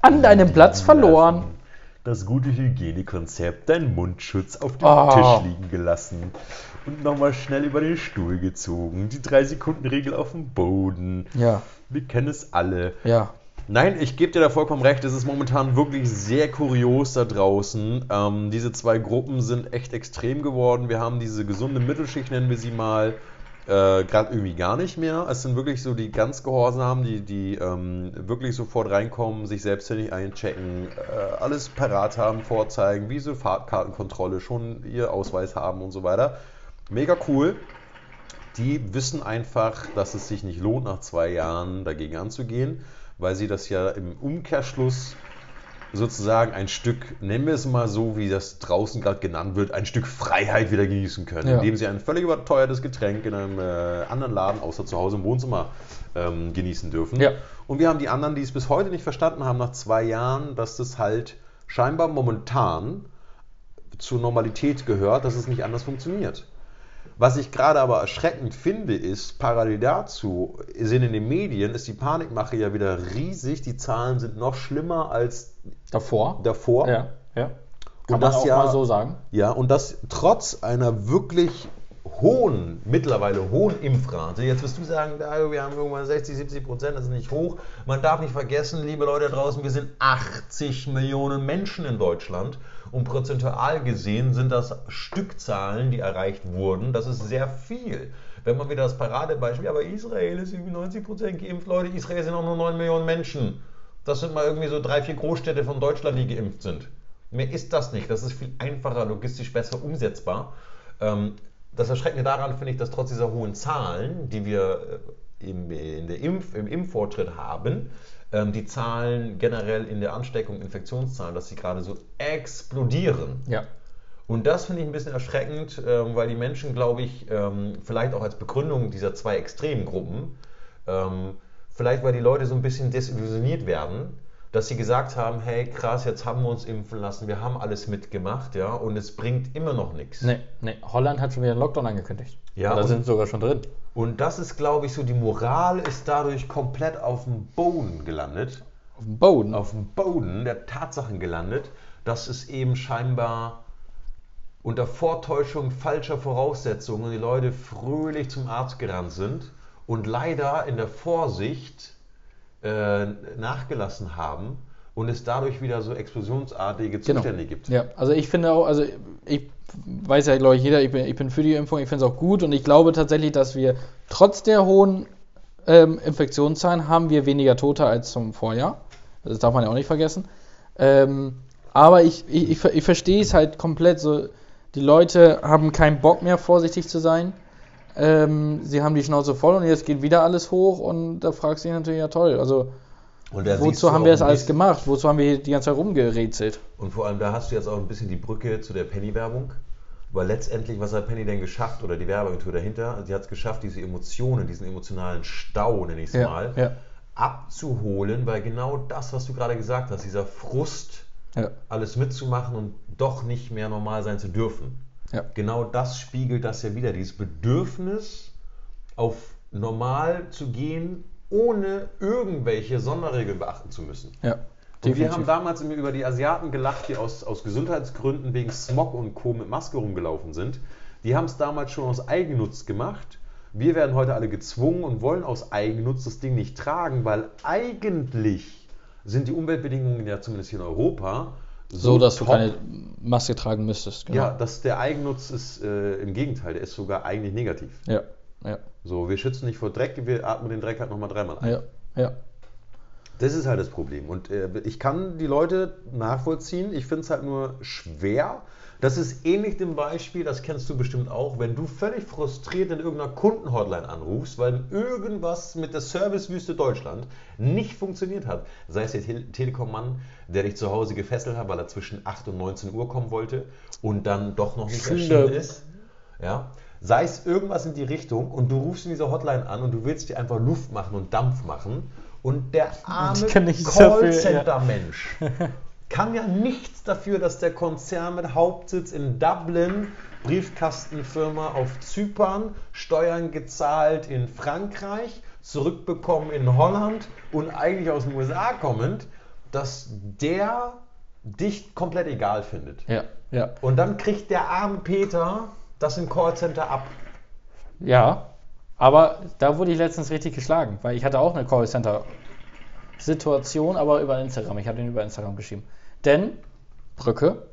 [SPEAKER 1] an deinem Platz verloren.
[SPEAKER 2] Das gute Hygienekonzept, dein Mundschutz auf dem
[SPEAKER 1] Ah.
[SPEAKER 2] Tisch liegen gelassen und nochmal schnell über den Stuhl gezogen, die 3-Sekunden-Regel auf dem Boden.
[SPEAKER 1] Ja,
[SPEAKER 2] Wir kennen es alle.
[SPEAKER 1] ja.
[SPEAKER 2] Nein, ich gebe dir da vollkommen recht, es ist momentan wirklich sehr kurios da draußen. Ähm, diese zwei Gruppen sind echt extrem geworden. Wir haben diese gesunde Mittelschicht, nennen wir sie mal, äh, gerade irgendwie gar nicht mehr. Es sind wirklich so die ganz Gehorsamen, die, die ähm, wirklich sofort reinkommen, sich selbstständig einchecken, äh, alles parat haben, vorzeigen, wie so Fahrkartenkontrolle, schon ihr Ausweis haben und so weiter. Mega cool. die wissen einfach, dass es sich nicht lohnt, nach zwei Jahren dagegen anzugehen, weil sie das ja im Umkehrschluss sozusagen ein Stück, nennen wir es mal so, wie das draußen gerade genannt wird, ein Stück Freiheit wieder genießen können,
[SPEAKER 1] Ja.
[SPEAKER 2] indem sie ein völlig überteuertes Getränk in einem äh, anderen Laden, außer zu Hause im Wohnzimmer, ähm, genießen dürfen.
[SPEAKER 1] Ja.
[SPEAKER 2] Und wir haben die anderen, die es bis heute nicht verstanden haben, nach zwei Jahren, dass das halt scheinbar momentan zur Normalität gehört, dass es nicht anders funktioniert. Was ich gerade aber erschreckend finde, ist, parallel dazu sind in den Medien, ist die Panikmache ja wieder riesig, die Zahlen sind noch schlimmer als
[SPEAKER 1] Davor.
[SPEAKER 2] davor.
[SPEAKER 1] Ja, ja. Kann
[SPEAKER 2] Und
[SPEAKER 1] man
[SPEAKER 2] das
[SPEAKER 1] auch
[SPEAKER 2] ja-
[SPEAKER 1] mal so sagen.
[SPEAKER 2] Ja, und das trotz einer wirklich hohen, mittlerweile hohen Impfrate. Jetzt wirst du sagen, Dario, wir haben irgendwann 60, 70 Prozent, das ist nicht hoch. Man darf nicht vergessen, liebe Leute da draußen, wir sind 80 Millionen Menschen in Deutschland. Und prozentual gesehen sind das Stückzahlen, die erreicht wurden. Das ist sehr viel. Wenn man wieder das Paradebeispiel, aber Israel ist über 90 Prozent geimpft, Leute, Israel sind auch nur 9 Millionen Menschen. Das sind mal irgendwie so drei, vier Großstädte von Deutschland, die geimpft sind. Mehr ist das nicht. Das ist viel einfacher, logistisch besser umsetzbar. Ähm, das Erschreckende daran finde ich, dass trotz dieser hohen Zahlen, die wir äh, im, in der Impf-, im Impffortschritt haben, ähm, die Zahlen generell in der Ansteckung, Infektionszahlen, dass sie gerade so explodieren.
[SPEAKER 1] Ja.
[SPEAKER 2] Und das finde ich ein bisschen erschreckend, ähm, weil die Menschen, glaube ich, ähm, vielleicht auch als Begründung dieser zwei extremen Gruppen, ähm, vielleicht weil die Leute so ein bisschen desillusioniert werden, dass sie gesagt haben, hey krass, jetzt haben wir uns impfen lassen, wir haben alles mitgemacht, ja, und es bringt immer noch nichts.
[SPEAKER 1] Nee, nee. Holland hat schon wieder einen Lockdown angekündigt.
[SPEAKER 2] Ja,
[SPEAKER 1] Und Da
[SPEAKER 2] und-
[SPEAKER 1] sind sogar schon drin.
[SPEAKER 2] Und das ist, glaube ich, so, die Moral ist dadurch komplett auf dem Boden gelandet.
[SPEAKER 1] Auf dem Boden.
[SPEAKER 2] auf dem Boden der Tatsachen gelandet, dass es eben scheinbar unter Vortäuschung falscher Voraussetzungen die Leute fröhlich zum Arzt gerannt sind und leider in der Vorsicht äh, nachgelassen haben und es dadurch wieder so explosionsartige Zustände gibt.
[SPEAKER 1] Ja, also ich finde auch, also ich weiß ja, glaube ich, jeder, ich bin, ich bin für die Impfung, ich finde es auch gut und ich glaube tatsächlich, dass wir trotz der hohen ähm, Infektionszahlen haben wir weniger Tote als zum Vorjahr. Das darf man ja auch nicht vergessen. Ähm, aber ich, ich, ich, ver- ich verstehe es halt komplett so. Die Leute haben keinen Bock mehr, vorsichtig zu sein. Ähm, sie haben die Schnauze voll und jetzt geht wieder alles hoch und da fragst du dich natürlich, ja toll, also
[SPEAKER 2] Und da siehst du
[SPEAKER 1] wozu haben
[SPEAKER 2] auch
[SPEAKER 1] wir das
[SPEAKER 2] ein
[SPEAKER 1] alles
[SPEAKER 2] bisschen-
[SPEAKER 1] gemacht? Wozu haben wir die ganze Zeit rumgerätselt?
[SPEAKER 2] Und vor allem, da hast du jetzt auch ein bisschen die Brücke zu der Penny-Werbung. Weil letztendlich, was hat Penny denn geschafft oder die Werbeagentur dahinter? Sie hat es geschafft, diese Emotionen, diesen emotionalen Stau, nenne ich es mal,
[SPEAKER 1] ja,
[SPEAKER 2] abzuholen, weil genau das, was du gerade gesagt hast, dieser Frust,
[SPEAKER 1] ja,
[SPEAKER 2] alles mitzumachen und doch nicht mehr normal sein zu dürfen.
[SPEAKER 1] ja.
[SPEAKER 2] Genau das spiegelt das ja wieder, dieses Bedürfnis, auf normal zu gehen, ohne irgendwelche Sonderregeln beachten zu müssen.
[SPEAKER 1] Ja,
[SPEAKER 2] Und wir
[SPEAKER 1] definitiv.
[SPEAKER 2] haben damals immer über die Asiaten gelacht, die aus, aus Gesundheitsgründen wegen Smog und Co. mit Maske rumgelaufen sind. Die haben es damals schon aus Eigennutz gemacht. Wir werden heute alle gezwungen und wollen aus Eigennutz das Ding nicht tragen, weil eigentlich sind die Umweltbedingungen ja zumindest hier in Europa
[SPEAKER 1] so, dass du
[SPEAKER 2] top.
[SPEAKER 1] keine Maske tragen müsstest. genau.
[SPEAKER 2] Ja, dass der Eigennutz ist äh, im Gegenteil, der ist sogar eigentlich negativ.
[SPEAKER 1] Ja, ja,
[SPEAKER 2] So, wir schützen nicht vor Dreck, wir atmen den Dreck halt nochmal dreimal ein.
[SPEAKER 1] ja, ja.
[SPEAKER 2] Das ist halt das Problem. Und äh, ich kann die Leute nachvollziehen. Ich finde es halt nur schwer. Das ist ähnlich dem Beispiel, das kennst du bestimmt auch, wenn du völlig frustriert in irgendeiner Kundenhotline anrufst, weil irgendwas mit der Servicewüste Deutschland nicht funktioniert hat. Sei es der Tele Telekom-Mann, der dich zu Hause gefesselt hat, weil er zwischen 8 und 19 Uhr kommen wollte und dann doch noch nicht
[SPEAKER 1] Stimmt.
[SPEAKER 2] erschienen ist. Ja? Sei es irgendwas in die Richtung und du rufst in dieser Hotline an und du willst dir einfach Luft machen und Dampf machen und der arme
[SPEAKER 1] Ich kann nichts dafür,
[SPEAKER 2] Callcenter-Mensch kann ja nichts dafür, dass der Konzern mit Hauptsitz in Dublin, Briefkastenfirma auf Zypern, Steuern gezahlt in Frankreich, zurückbekommen in Holland und eigentlich aus den USA kommend, dass der dich komplett egal findet.
[SPEAKER 1] Ja, ja.
[SPEAKER 2] Und dann kriegt der arme Peter das im Callcenter ab.
[SPEAKER 1] Ja, aber da wurde ich letztens richtig geschlagen, weil ich hatte auch eine Callcenter-Situation, aber über Instagram. Ich habe den über Instagram geschrieben. Denn, Brücke,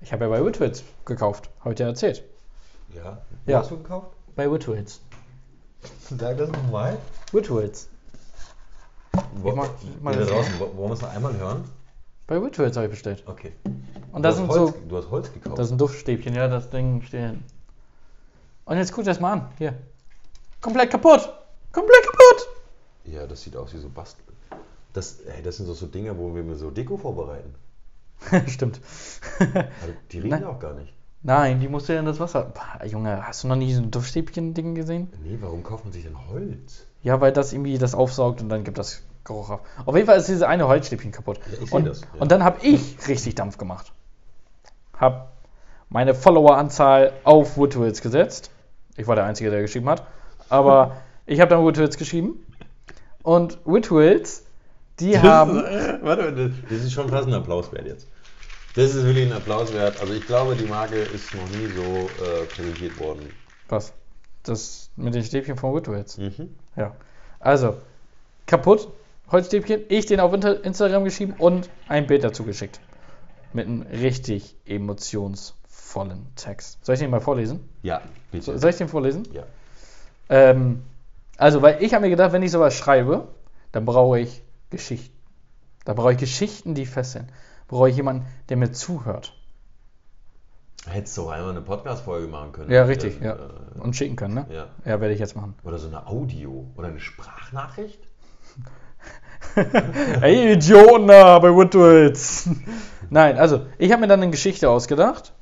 [SPEAKER 1] ich habe ja bei Witwits gekauft, habe ich dir erzählt.
[SPEAKER 2] Ja.
[SPEAKER 1] Ja.
[SPEAKER 2] Hast du gekauft?
[SPEAKER 1] Bei Witwits.
[SPEAKER 2] Sag das nochmal.
[SPEAKER 1] Witwits. Ich mach- ich mach
[SPEAKER 2] Wieder
[SPEAKER 1] das-
[SPEAKER 2] draußen. Wo- Wollen wir es noch einmal hören?
[SPEAKER 1] Bei Witwits habe ich bestellt.
[SPEAKER 2] Okay.
[SPEAKER 1] Und das
[SPEAKER 2] du,
[SPEAKER 1] sind
[SPEAKER 2] hast Holz,
[SPEAKER 1] so.
[SPEAKER 2] du hast Holz gekauft.
[SPEAKER 1] Das ist ein Duftstäbchen, ja, das Ding steht. Und jetzt guck dir das mal an. Hier. Komplett kaputt. Komplett kaputt.
[SPEAKER 2] Ja, das sieht aus wie so Bastel. Das, ey, das sind so, so Dinge, wo wir mir so Deko vorbereiten.
[SPEAKER 1] Stimmt.
[SPEAKER 2] Also, die riechen
[SPEAKER 1] Nein.
[SPEAKER 2] auch gar nicht.
[SPEAKER 1] Nein, die musste ja in das Wasser. Pah, Junge, hast du noch nie so ein Duftstäbchen-Ding gesehen?
[SPEAKER 2] Nee, warum kauft man sich denn Holz?
[SPEAKER 1] Ja, weil das irgendwie das aufsaugt und dann gibt das Geruch ab. Auf jeden Fall ist diese eine Holzstäbchen kaputt.
[SPEAKER 2] Ja, ich seh
[SPEAKER 1] und,
[SPEAKER 2] das, ja.
[SPEAKER 1] und dann habe ich richtig Dampf gemacht. Hab meine Followeranzahl auf Woodwills gesetzt. Ich war der Einzige, der geschrieben hat. Aber ich habe dann Woodwills geschrieben. Und Woodwills, die haben.
[SPEAKER 2] Warte, mal, das- das ist schon fast ein Applaus wert jetzt. Das ist wirklich ein Applaus wert. Also ich glaube, die Marke ist noch nie so äh, präsentiert worden.
[SPEAKER 1] Was? Das mit den Stäbchen von Woodwills.
[SPEAKER 2] Mhm.
[SPEAKER 1] Ja. Also, kaputt, Holzstäbchen, ich den auf Inter- Instagram geschrieben und ein Bild dazu geschickt. Mit einem richtig emotionsvollen Text. Soll ich den mal vorlesen?
[SPEAKER 2] Ja,
[SPEAKER 1] So,
[SPEAKER 2] bitte.
[SPEAKER 1] soll ich den vorlesen?
[SPEAKER 2] ja.
[SPEAKER 1] Ähm, also, weil ich habe mir gedacht, wenn ich sowas schreibe, dann brauche ich Geschichten. Da brauche ich Geschichten, die fesseln. Brauche ich jemanden, der mir zuhört.
[SPEAKER 2] Hättest du auch einmal eine Podcast-Folge machen können.
[SPEAKER 1] Ja, richtig.
[SPEAKER 2] Äh,
[SPEAKER 1] Ja. Und schicken können, ne?
[SPEAKER 2] Äh, ja.
[SPEAKER 1] Ja, werde ich jetzt machen.
[SPEAKER 2] Oder so eine Audio oder eine Sprachnachricht?
[SPEAKER 1] Ey, Idioten da bei Woodwills. Nein, also, ich habe mir dann eine Geschichte ausgedacht.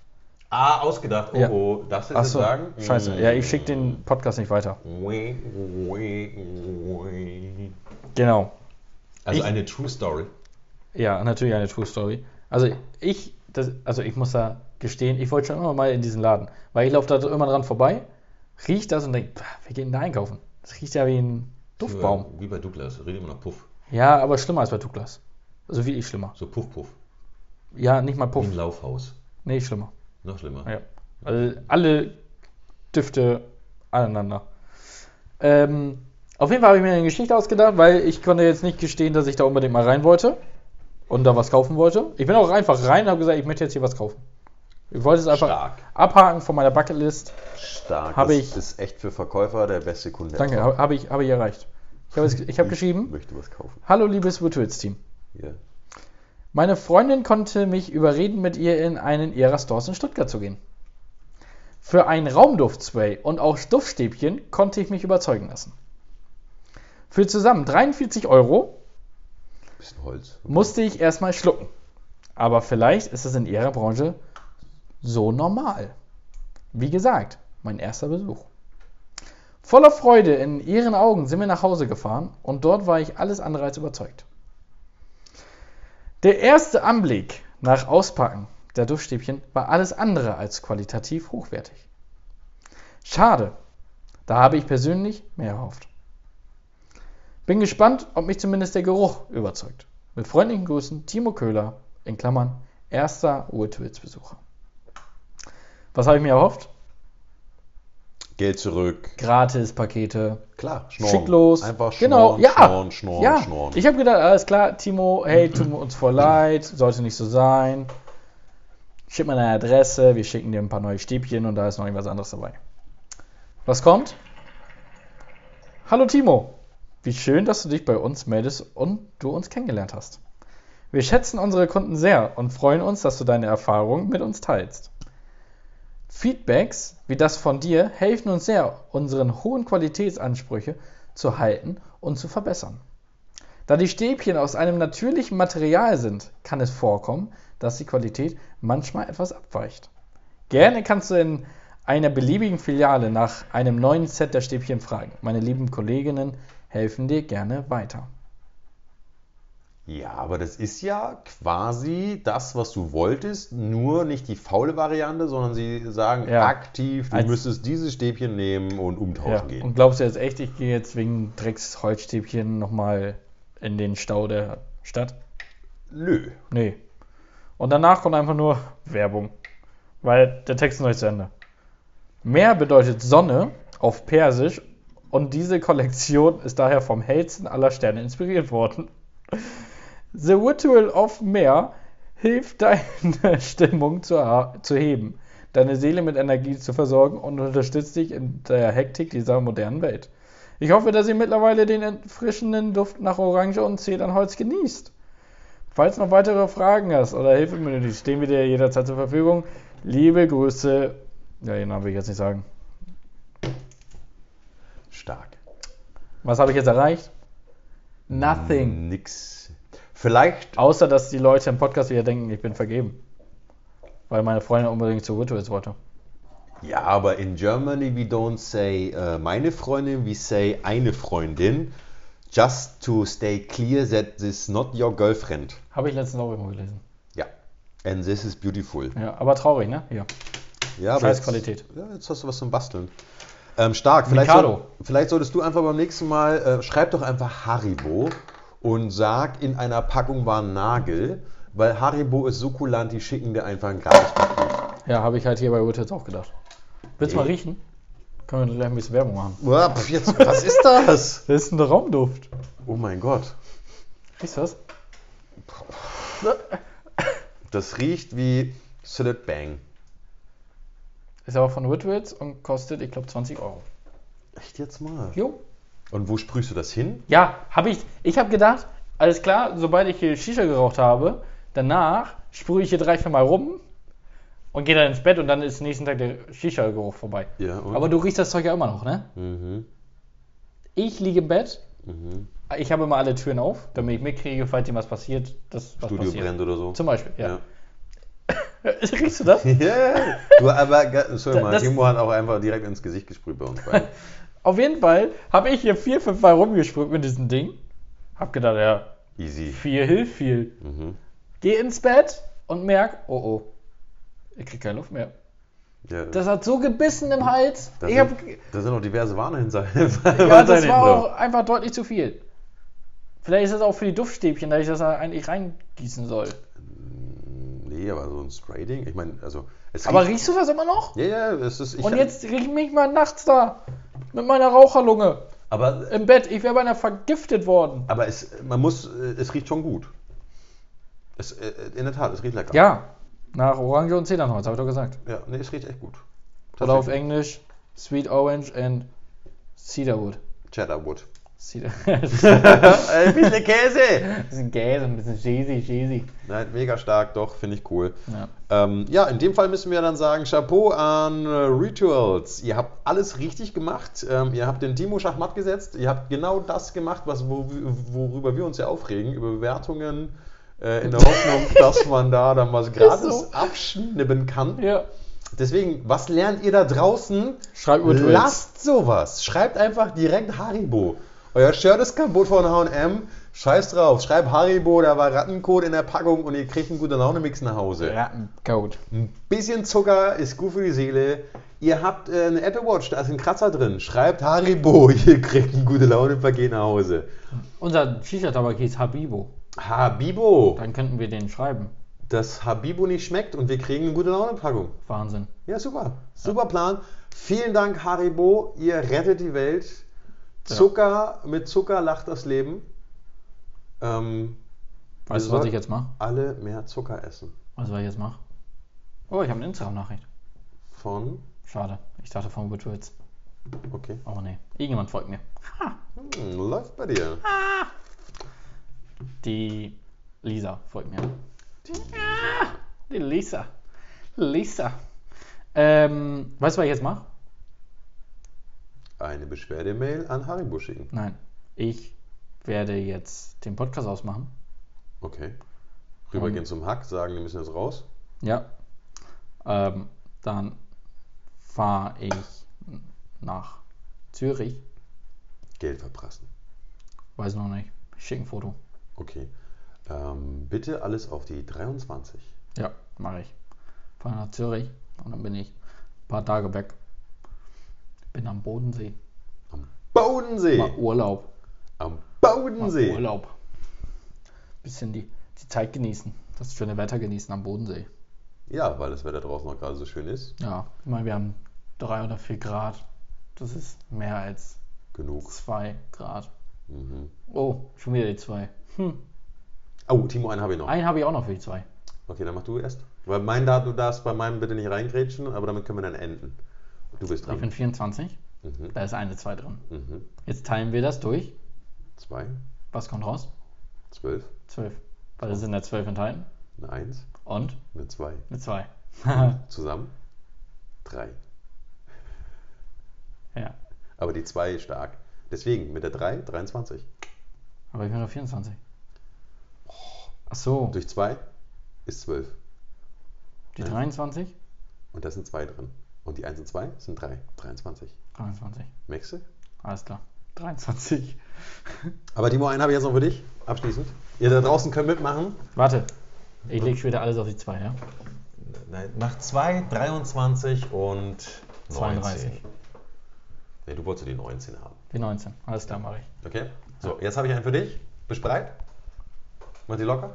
[SPEAKER 2] Ah, ausgedacht. Oh,
[SPEAKER 1] Ja.
[SPEAKER 2] oh. darfst du das jetzt
[SPEAKER 1] Achso,
[SPEAKER 2] sagen?
[SPEAKER 1] scheiße. Ja, ich schicke den Podcast nicht weiter.
[SPEAKER 2] Wee, wee, wee.
[SPEAKER 1] Genau.
[SPEAKER 2] Also
[SPEAKER 1] Ich-
[SPEAKER 2] eine True Story.
[SPEAKER 1] Ja, natürlich eine True Story. Also ich, das, also ich muss da gestehen, ich wollte schon immer mal in diesen Laden. Weil ich laufe da immer dran vorbei, riech das und denke, wir gehen da einkaufen. Das riecht ja wie ein Duftbaum.
[SPEAKER 2] Äh, Wie bei Douglas, reden immer noch Puff.
[SPEAKER 1] Ja, aber schlimmer als bei Douglas. Also wirklich schlimmer.
[SPEAKER 2] So Puff, Puff.
[SPEAKER 1] Ja, nicht mal
[SPEAKER 2] Puff. Im
[SPEAKER 1] Puff.
[SPEAKER 2] Laufhaus.
[SPEAKER 1] Nee, schlimmer.
[SPEAKER 2] Noch schlimmer.
[SPEAKER 1] Ja. Also alle Düfte aneinander. Ähm, auf jeden Fall habe ich mir eine Geschichte ausgedacht, weil ich konnte jetzt nicht gestehen, dass ich da unbedingt mal rein wollte und da was kaufen wollte. Ich bin auch einfach rein und habe gesagt, ich möchte jetzt hier was kaufen. Ich wollte es einfach
[SPEAKER 2] Stark.
[SPEAKER 1] abhaken von meiner Bucketlist.
[SPEAKER 2] Stark.
[SPEAKER 1] Habe
[SPEAKER 2] das
[SPEAKER 1] ich-
[SPEAKER 2] ist echt für Verkäufer der beste Kunde.
[SPEAKER 1] Danke, habe hab ich, habe ich erreicht. Ich habe, es- ich habe geschrieben,
[SPEAKER 2] möchte was kaufen.
[SPEAKER 1] hallo liebes Virtuals-Team.
[SPEAKER 2] Ja.
[SPEAKER 1] Meine Freundin konnte mich überreden, mit ihr in einen ihrer Stores in Stuttgart zu gehen. Für ein Raumduftspray und auch Duftstäbchen konnte ich mich überzeugen lassen. Für zusammen 43 Euro
[SPEAKER 2] Bisschen Holz.
[SPEAKER 1] musste ich erstmal schlucken. Aber vielleicht ist es in ihrer Branche so normal. Wie gesagt, mein erster Besuch. Voller Freude in ihren Augen sind wir nach Hause gefahren und dort war ich alles andere als überzeugt. Der erste Anblick nach Auspacken der Duftstäbchen war alles andere als qualitativ hochwertig. Schade, da habe ich persönlich mehr erhofft. Bin gespannt, ob mich zumindest der Geruch überzeugt. Mit freundlichen Grüßen, Timo Köhler, in Klammern, erster Urtwitz-Besucher. Was habe ich mir erhofft?
[SPEAKER 2] Geld zurück.
[SPEAKER 1] Gratis-Pakete,
[SPEAKER 2] Klar, schnorren.
[SPEAKER 1] schick los.
[SPEAKER 2] Einfach
[SPEAKER 1] genau,
[SPEAKER 2] schnorren,
[SPEAKER 1] ja.
[SPEAKER 2] schnorren, schnorren,
[SPEAKER 1] ja.
[SPEAKER 2] schnorren.
[SPEAKER 1] Ich habe gedacht, alles klar, Timo, hey, tut uns voll leid, sollte nicht so sein. Schick mal deine Adresse, wir schicken dir ein paar neue Stäbchen und da ist noch irgendwas anderes dabei. Was kommt? Hallo Timo, wie schön, dass du dich bei uns meldest und du uns kennengelernt hast. Wir schätzen unsere Kunden sehr und freuen uns, dass du deine Erfahrungen mit uns teilst. Feedbacks wie das von dir helfen uns sehr, unseren hohen Qualitätsansprüche zu halten und zu verbessern. Da die Stäbchen aus einem natürlichen Material sind, kann es vorkommen, dass die Qualität manchmal etwas abweicht. Gerne kannst du in einer beliebigen Filiale nach einem neuen Set der Stäbchen fragen. Meine lieben Kolleginnen helfen dir gerne weiter.
[SPEAKER 2] Ja, aber das ist ja quasi das, was du wolltest, nur nicht die faule Variante, sondern sie sagen
[SPEAKER 1] Ja.
[SPEAKER 2] aktiv, du
[SPEAKER 1] Als-
[SPEAKER 2] müsstest dieses Stäbchen nehmen und umtauschen
[SPEAKER 1] Ja.
[SPEAKER 2] gehen.
[SPEAKER 1] Und glaubst du jetzt echt, ich gehe jetzt wegen Drecks Holzstäbchen nochmal in den Stau der Stadt?
[SPEAKER 2] Nö.
[SPEAKER 1] Nee. Und danach kommt einfach nur Werbung. Weil der Text ist noch nicht zu Ende. Meer bedeutet Sonne auf Persisch und diese Kollektion ist daher vom hellsten aller Sterne inspiriert worden. The Ritual of Meer hilft deine Stimmung zu, ha- zu heben, deine Seele mit Energie zu versorgen und unterstützt dich in der Hektik dieser modernen Welt. Ich hoffe, dass ihr mittlerweile den erfrischenden Duft nach Orange und Zedernholz genießt. Falls noch weitere Fragen hast oder Hilfe benötigst, stehen wir dir jederzeit zur Verfügung. Liebe Grüße. Ja, den Namen will ich jetzt nicht sagen.
[SPEAKER 2] Stark.
[SPEAKER 1] Was habe ich jetzt erreicht? Nothing.
[SPEAKER 2] Nix. Vielleicht,
[SPEAKER 1] Außer, dass die Leute im Podcast wieder denken, ich bin vergeben. Weil meine Freundin unbedingt zu Rituals wollte.
[SPEAKER 2] ja, aber in Germany we don't say äh, meine Freundin, we say eine Freundin. Just to stay clear that this is not your girlfriend.
[SPEAKER 1] Habe ich letztens auch irgendwo gelesen.
[SPEAKER 2] Ja. And this is beautiful.
[SPEAKER 1] Ja, aber traurig, ne? Ja.
[SPEAKER 2] Ja, aber
[SPEAKER 1] Scheiß
[SPEAKER 2] jetzt-
[SPEAKER 1] Qualität.
[SPEAKER 2] Ja, jetzt hast du was zum Basteln. Ähm, stark. Vielleicht,
[SPEAKER 1] Mikado.
[SPEAKER 2] soll, vielleicht solltest du einfach beim nächsten Mal, äh, schreib doch einfach Haribo und sag, in einer Packung war ein Nagel, weil Haribo ist sukkulant, die schicken dir einfach ein Gratis.
[SPEAKER 1] Ja, habe ich halt hier bei Rituals auch gedacht. Willst du mal riechen? Können wir gleich ein bisschen Werbung machen.
[SPEAKER 2] Uah, pf, Jetzt, was ist das?
[SPEAKER 1] Das ist ein Raumduft.
[SPEAKER 2] Oh mein Gott.
[SPEAKER 1] Riechst du das?
[SPEAKER 2] Das riecht wie Salad Bang.
[SPEAKER 1] Ist aber von Rituals und kostet, ich glaube, 20 Euro.
[SPEAKER 2] Echt jetzt mal.
[SPEAKER 1] Jo.
[SPEAKER 2] Und wo sprühst du das hin?
[SPEAKER 1] Ja, habe ich. Ich habe gedacht, alles klar, sobald ich hier Shisha geraucht habe, danach sprühe ich hier drei, vier Mal rum und gehe dann ins Bett und dann ist nächsten Tag der Shisha-Geruch vorbei.
[SPEAKER 2] Ja, und?
[SPEAKER 1] Aber du riechst das Zeug ja immer noch, ne?
[SPEAKER 2] Mhm,
[SPEAKER 1] Ich liege im Bett,
[SPEAKER 2] mhm.
[SPEAKER 1] ich habe immer alle Türen auf, damit ich mitkriege, falls ihm was passiert, dass was
[SPEAKER 2] Studio
[SPEAKER 1] passiert.
[SPEAKER 2] brennt oder so.
[SPEAKER 1] Zum Beispiel, ja.
[SPEAKER 2] Ja.
[SPEAKER 1] Riechst du das?
[SPEAKER 2] Yeah. Du, aber, ge- sorry mal,
[SPEAKER 1] Das-
[SPEAKER 2] Timo hat auch einfach direkt ins Gesicht gesprüht bei uns beiden.
[SPEAKER 1] Auf jeden Fall habe ich hier vier, fünf Mal rumgesprüht mit diesem Ding. Hab gedacht, ja,
[SPEAKER 2] Easy.
[SPEAKER 1] viel hilft viel.
[SPEAKER 2] Mhm.
[SPEAKER 1] Geh ins Bett und merk, oh oh, ich krieg keine Luft mehr.
[SPEAKER 2] Ja,
[SPEAKER 1] Das hat so gebissen im Hals.
[SPEAKER 2] da,
[SPEAKER 1] ich
[SPEAKER 2] sind,
[SPEAKER 1] hab,
[SPEAKER 2] da sind auch diverse Warnhinweise.
[SPEAKER 1] ja, das war auch einfach deutlich zu viel. Vielleicht ist das auch für die Duftstäbchen, da ich das eigentlich reingießen soll.
[SPEAKER 2] Nee, aber so ein Spray-Ding. Ich meine, also. Es
[SPEAKER 1] Aber riechst du das immer noch?
[SPEAKER 2] Ja, ja, es ist. Ich,
[SPEAKER 1] Und jetzt riech mich mal nachts da. Mit meiner Raucherlunge.
[SPEAKER 2] Aber,
[SPEAKER 1] Im Bett. Ich wäre beinahe vergiftet worden.
[SPEAKER 2] aber es, man muss. äh, Es riecht schon gut. Es, äh, in der Tat, es riecht lecker.
[SPEAKER 1] Ja. Nach Orange und Zedernholz, habe ich doch gesagt.
[SPEAKER 2] Ja, nee, es riecht echt gut.
[SPEAKER 1] Oder auf Englisch Sweet Orange and Cedarwood.
[SPEAKER 2] Cheddarwood.
[SPEAKER 1] Cedar.
[SPEAKER 2] Ein bisschen Käse!
[SPEAKER 1] bisschen Gäse, ein bisschen cheesy, cheesy.
[SPEAKER 2] Nein, mega stark, doch, finde ich cool.
[SPEAKER 1] Ja.
[SPEAKER 2] Ähm, ja, in dem Fall müssen wir dann sagen, Chapeau an äh, Rituals. Ihr habt alles richtig gemacht. Ähm, ihr habt den Timo Schachmatt gesetzt. Ihr habt genau das gemacht, was, wo, worüber wir uns ja aufregen, über Bewertungen äh, in der Hoffnung, dass man da dann was gratis
[SPEAKER 1] so.
[SPEAKER 2] abschnippen kann.
[SPEAKER 1] ja.
[SPEAKER 2] Deswegen, was lernt ihr da draußen?
[SPEAKER 1] Schreibt Rituals.
[SPEAKER 2] Lasst sowas. Schreibt einfach direkt Haribo. Euer Shirt ist kaputt von H&M. Scheiß drauf. Schreibt Haribo, da war Rattencode in der Packung und ihr kriegt einen guten Laune-Mix nach Hause.
[SPEAKER 1] Rattencode.
[SPEAKER 2] Ein bisschen Zucker ist gut für die Seele. Ihr habt äh, eine Apple Watch, da ist ein Kratzer drin. Schreibt Haribo, ihr kriegt ein gute Laune Paket nach Hause.
[SPEAKER 1] Unser Shisha-Tabak hieß Habibo.
[SPEAKER 2] Habibo,
[SPEAKER 1] Dann könnten wir den schreiben.
[SPEAKER 2] dass Habibo nicht schmeckt und wir kriegen eine gute Laune Packung.
[SPEAKER 1] Wahnsinn.
[SPEAKER 2] Ja, super. Super Plan. Vielen Dank Haribo, ihr rettet die Welt. Zucker, mit Zucker lacht das Leben. Ähm,
[SPEAKER 1] Weißt du,
[SPEAKER 2] soll-
[SPEAKER 1] was ich jetzt mache?
[SPEAKER 2] alle mehr Zucker essen.
[SPEAKER 1] Weißt du, was ich jetzt mache? Oh, ich habe eine Instagram-Nachricht.
[SPEAKER 2] Von,
[SPEAKER 1] Schade. Ich dachte von Rituals.
[SPEAKER 2] okay,
[SPEAKER 1] Oh nee. Irgendjemand folgt mir.
[SPEAKER 2] hm, läuft bei dir.
[SPEAKER 1] Die Lisa folgt mir. ah, Die Lisa. Lisa. Ähm, weißt du, was ich jetzt mache?
[SPEAKER 2] Eine Beschwerdemail an Haribo schicken.
[SPEAKER 1] Nein. Ich werde jetzt den Podcast ausmachen.
[SPEAKER 2] Okay. Rübergehen zum Hack, sagen, wir müssen jetzt raus.
[SPEAKER 1] Ja. Ähm, dann fahre ich nach Zürich.
[SPEAKER 2] Geld verprassen.
[SPEAKER 1] Weiß noch nicht. Ich schicke ein Foto.
[SPEAKER 2] Okay. Ähm, bitte alles auf die 23.
[SPEAKER 1] Ja, mache ich. Fahre nach Zürich und dann bin ich ein paar Tage weg. Bin am Bodensee.
[SPEAKER 2] Bodensee!
[SPEAKER 1] Mal Urlaub.
[SPEAKER 2] Am
[SPEAKER 1] Mal
[SPEAKER 2] Bodensee!
[SPEAKER 1] Urlaub. Bisschen die, die Zeit genießen. Das schöne Wetter genießen am Bodensee.
[SPEAKER 2] Ja, weil das Wetter draußen noch gerade so schön ist.
[SPEAKER 1] Ja, ich meine, wir haben drei oder vier Grad. Das ist mehr als
[SPEAKER 2] Genug.
[SPEAKER 1] zwei Grad.
[SPEAKER 2] Mhm.
[SPEAKER 1] Oh, schon wieder die zwei. Hm.
[SPEAKER 2] Oh, Timo, einen habe ich noch.
[SPEAKER 1] Einen habe ich auch noch für die zwei.
[SPEAKER 2] Okay, dann mach du erst. Weil mein da, du darfst bei meinem bitte nicht reingrätschen, aber damit können wir dann enden. Du bist
[SPEAKER 1] Ich bin
[SPEAKER 2] dran.
[SPEAKER 1] 24.
[SPEAKER 2] Mhm.
[SPEAKER 1] Da ist eine zwei drin.
[SPEAKER 2] Mhm.
[SPEAKER 1] Jetzt teilen wir das durch.
[SPEAKER 2] Zwei,
[SPEAKER 1] Was kommt raus?
[SPEAKER 2] zwölf,
[SPEAKER 1] Zwölf. Weil das sind ja zwölf enthalten.
[SPEAKER 2] eine Eins,
[SPEAKER 1] Und
[SPEAKER 2] eine Zwei.
[SPEAKER 1] eine zwei.
[SPEAKER 2] Zusammen? Drei.
[SPEAKER 1] ja.
[SPEAKER 2] Aber die 2 stark. Deswegen mit der 3, 23.
[SPEAKER 1] Aber ich bin auf 24. Ach so,
[SPEAKER 2] Durch 2 ist 12.
[SPEAKER 1] die 23?
[SPEAKER 2] Und da sind 2 drin. Und die 1 und 2 sind 3. 23.
[SPEAKER 1] 23.
[SPEAKER 2] Merkst du?
[SPEAKER 1] Alles klar. 23.
[SPEAKER 2] Aber Timo, einen habe ich jetzt noch für dich. Abschließend. Ihr da draußen könnt mitmachen.
[SPEAKER 1] Warte. Ich lege später alles auf die 2, ja?
[SPEAKER 2] Nein, Nach 2, 23 und
[SPEAKER 1] 32.
[SPEAKER 2] 19. Nee, du wolltest die 19 haben.
[SPEAKER 1] Die 19. Alles klar, mache ich.
[SPEAKER 2] Okay? So, jetzt habe ich einen für dich. Bist du bereit? Mach die locker.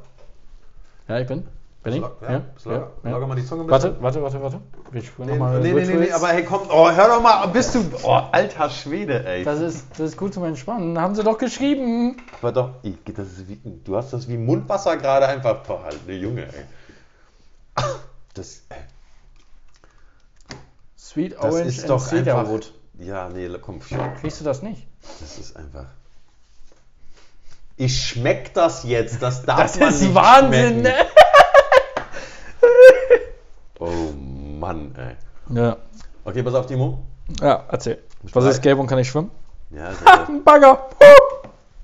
[SPEAKER 1] Ja, ich bin. Bin ich?
[SPEAKER 2] Lock- ja, bist locker. Locker mal die Zunge ein
[SPEAKER 1] Warte, warte, warte, warte. Wir spielen
[SPEAKER 2] Nee,
[SPEAKER 1] nochmal.
[SPEAKER 2] nee, nee, nee, nee, aber hey, komm, oh, hör doch mal, bist du, oh, alter Schwede, ey.
[SPEAKER 1] Das ist, das ist gut zum Entspannen. Haben sie doch geschrieben.
[SPEAKER 2] war doch, ich, das ist wie, du hast das wie Mundwasser gerade einfach, boah, ne Junge, ey. Das,
[SPEAKER 1] Sweet
[SPEAKER 2] das
[SPEAKER 1] Orange
[SPEAKER 2] ist doch
[SPEAKER 1] and
[SPEAKER 2] einfach,
[SPEAKER 1] Cedarwood.
[SPEAKER 2] ja, nee, komm,
[SPEAKER 1] Kriegst du das nicht?
[SPEAKER 2] das ist einfach, ich schmeck das jetzt, das darf
[SPEAKER 1] Das
[SPEAKER 2] man
[SPEAKER 1] ist
[SPEAKER 2] nicht
[SPEAKER 1] Wahnsinn,
[SPEAKER 2] schmecken.
[SPEAKER 1] ne?
[SPEAKER 2] Oh Mann, ey.
[SPEAKER 1] Ja.
[SPEAKER 2] Okay, pass auf, Timo.
[SPEAKER 1] Ja, erzähl. Was
[SPEAKER 2] bereit.
[SPEAKER 1] ist gelb und kann ne? ich schwimmen?
[SPEAKER 2] Ja, ist okay.
[SPEAKER 1] Ein Bagger.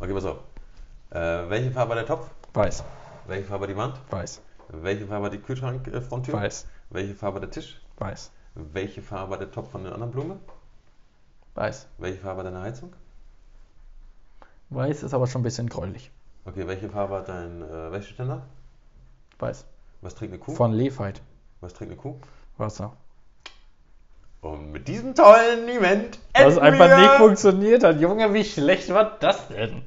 [SPEAKER 2] okay, pass auf. Äh, welche Farbe war der Topf?
[SPEAKER 1] Weiß,
[SPEAKER 2] Welche Farbe die Wand?
[SPEAKER 1] weiß,
[SPEAKER 2] Welche Farbe die Kühlschrankfronttür?
[SPEAKER 1] weiß,
[SPEAKER 2] Welche Farbe der Tisch?
[SPEAKER 1] weiß,
[SPEAKER 2] Welche Farbe war der Topf von der anderen Blume?
[SPEAKER 1] weiß.
[SPEAKER 2] Welche Farbe war deine Heizung?
[SPEAKER 1] Weiß ist aber schon ein bisschen gräulich.
[SPEAKER 2] Okay, welche Farbe hat dein äh, Wäscheständer?
[SPEAKER 1] Weiß.
[SPEAKER 2] Was trinkt eine Kuh?
[SPEAKER 1] Von Lefeit.
[SPEAKER 2] Was trinkt eine Kuh?
[SPEAKER 1] Wasser.
[SPEAKER 2] Und mit diesem tollen Event
[SPEAKER 1] Das
[SPEAKER 2] enden
[SPEAKER 1] einfach
[SPEAKER 2] wir.
[SPEAKER 1] nicht funktioniert hat. Junge, wie schlecht war das denn?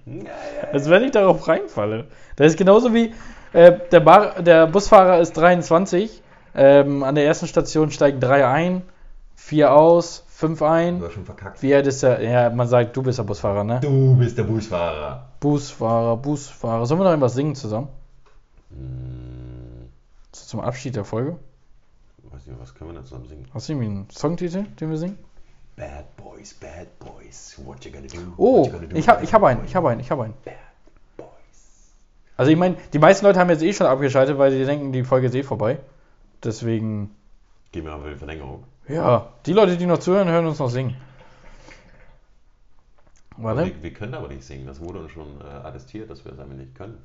[SPEAKER 1] Als wenn ich darauf reinfalle. Das ist genauso wie äh, der, Bar, der Busfahrer ist 23. Ähm, an der ersten Station steigen drei ein, vier aus, fünf ein.
[SPEAKER 2] Du hast schon verkackt.
[SPEAKER 1] Wie alt ist der? Ja, man sagt, du bist der Busfahrer, ne?
[SPEAKER 2] Du bist der Busfahrer.
[SPEAKER 1] Busfahrer, Busfahrer. Sollen wir noch irgendwas singen zusammen?
[SPEAKER 2] Hm,
[SPEAKER 1] So zum Abschied der Folge?
[SPEAKER 2] weiß nicht, was können wir denn zusammen singen?
[SPEAKER 1] Hast du irgendwie einen Songtitel, den wir singen?
[SPEAKER 2] Bad Boys, Bad Boys, what you gonna do? what
[SPEAKER 1] Oh,
[SPEAKER 2] you gonna do,
[SPEAKER 1] ich habe
[SPEAKER 2] bad
[SPEAKER 1] ich hab einen, ich habe einen, ich habe einen.
[SPEAKER 2] Boys.
[SPEAKER 1] Also ich meine, die meisten Leute haben jetzt eh schon abgeschaltet, weil sie denken, die Folge ist eh vorbei. Deswegen,
[SPEAKER 2] Gehen wir aber in die Verlängerung.
[SPEAKER 1] ja, die Leute, die noch zuhören, hören uns noch singen. Warte,
[SPEAKER 2] Wir, wir können aber nicht singen, das wurde uns schon äh, attestiert, dass wir das einfach nicht können.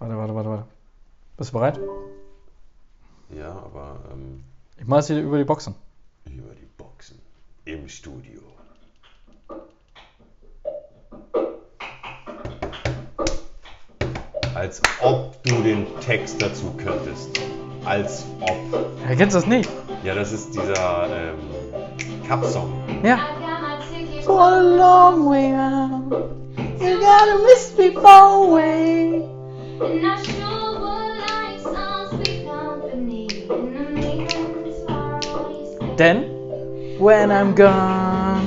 [SPEAKER 1] warte, warte, warte, warte. Bist du bereit?
[SPEAKER 2] Ja, aber ähm,
[SPEAKER 1] Ich mache es hier über die Boxen.
[SPEAKER 2] über die Boxen im Studio. Als ob du den Text dazu könntest. Als ob.
[SPEAKER 1] Ja, kennst du das nicht?
[SPEAKER 2] Ja, das ist dieser ähm, Cup-Song.
[SPEAKER 1] Ja.
[SPEAKER 3] For a long way round, you gotta miss me far away. And I sure would like some sweet company. And I mean that as far away. as-
[SPEAKER 1] Denn, when I'm gone,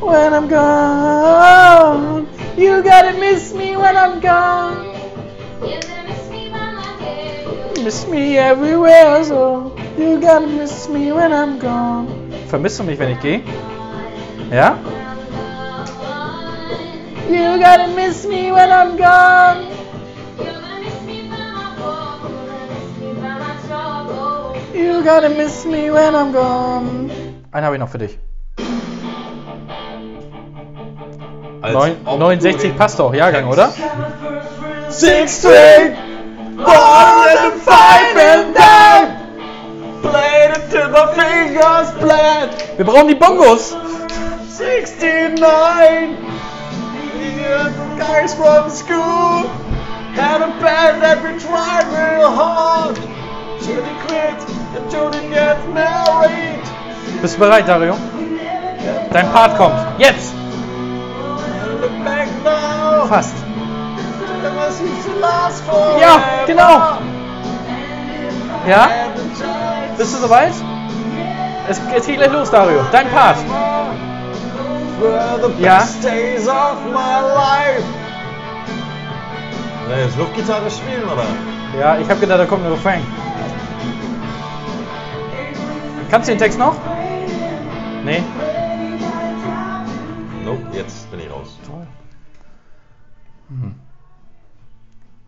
[SPEAKER 1] when I'm gone, Oh, you gotta miss me when I'm gone.
[SPEAKER 3] You gotta miss me by my hair.
[SPEAKER 1] Miss me everywhere, so you gotta miss me when I'm gone. Vermisst du mich, wenn ich gehe? Ja? You gotta miss me when I'm gone.
[SPEAKER 3] You gotta miss me by my walk. You gotta miss me by my trouble.
[SPEAKER 1] You gotta miss me when I'm gone. Einen habe ich noch für dich.
[SPEAKER 2] Als
[SPEAKER 1] Neun-
[SPEAKER 2] ob du
[SPEAKER 1] 69
[SPEAKER 2] den
[SPEAKER 1] passt doch, Jahrgang,
[SPEAKER 2] Text-
[SPEAKER 1] oder?
[SPEAKER 2] Six string, four and five and dime. Played it till the fingers bled.
[SPEAKER 1] Wir brauchen die Bongos.
[SPEAKER 2] 69. Years of guys from school had a band that we tried real hard. Till they quit until they get married.
[SPEAKER 1] Bist du bereit, Dario? Dein Part kommt. Jetzt!
[SPEAKER 2] And look back now.
[SPEAKER 1] Fast.
[SPEAKER 2] Never seems to last forever.
[SPEAKER 1] Ja, genau. Ja?
[SPEAKER 2] And the time
[SPEAKER 1] Bist du soweit? Es, es geht gleich los, Dario. Dein Part.
[SPEAKER 2] were the
[SPEAKER 1] Ja.
[SPEAKER 2] best days of my life. Na, jetzt Luftgitarre spielen, oder?
[SPEAKER 1] Ja, ich habe gedacht, da kommt ein Refrain. Kannst du den Text noch? Nee.
[SPEAKER 2] Nope, jetzt bin ich raus.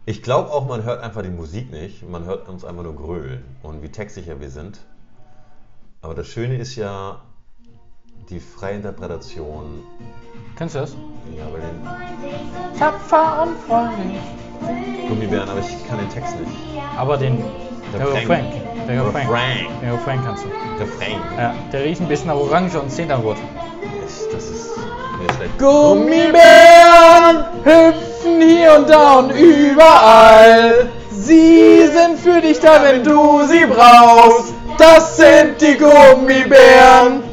[SPEAKER 2] Ich glaube auch, man hört einfach die Musik nicht, man hört uns einfach nur grölen und wie textsicher wir sind. Aber das Schöne ist ja, die freie Interpretation.
[SPEAKER 1] Kennst du das?
[SPEAKER 2] Ja, aber den
[SPEAKER 1] Tapfer und freundlich.
[SPEAKER 2] Gummibären, aber ich kann den Text nicht.
[SPEAKER 1] Aber den. Der Refrain. Der Refrain.
[SPEAKER 2] Refrain.
[SPEAKER 1] Den Refrain kannst du.
[SPEAKER 2] Refrain.
[SPEAKER 1] Ja, der riecht ein bisschen nach Orange und Zedernrot.
[SPEAKER 2] Ich, das ist mir ist schlecht.
[SPEAKER 1] Gummibären hüpfen hier und da und überall. Sie sind für dich da, wenn du sie brauchst. Das sind die Gummibären.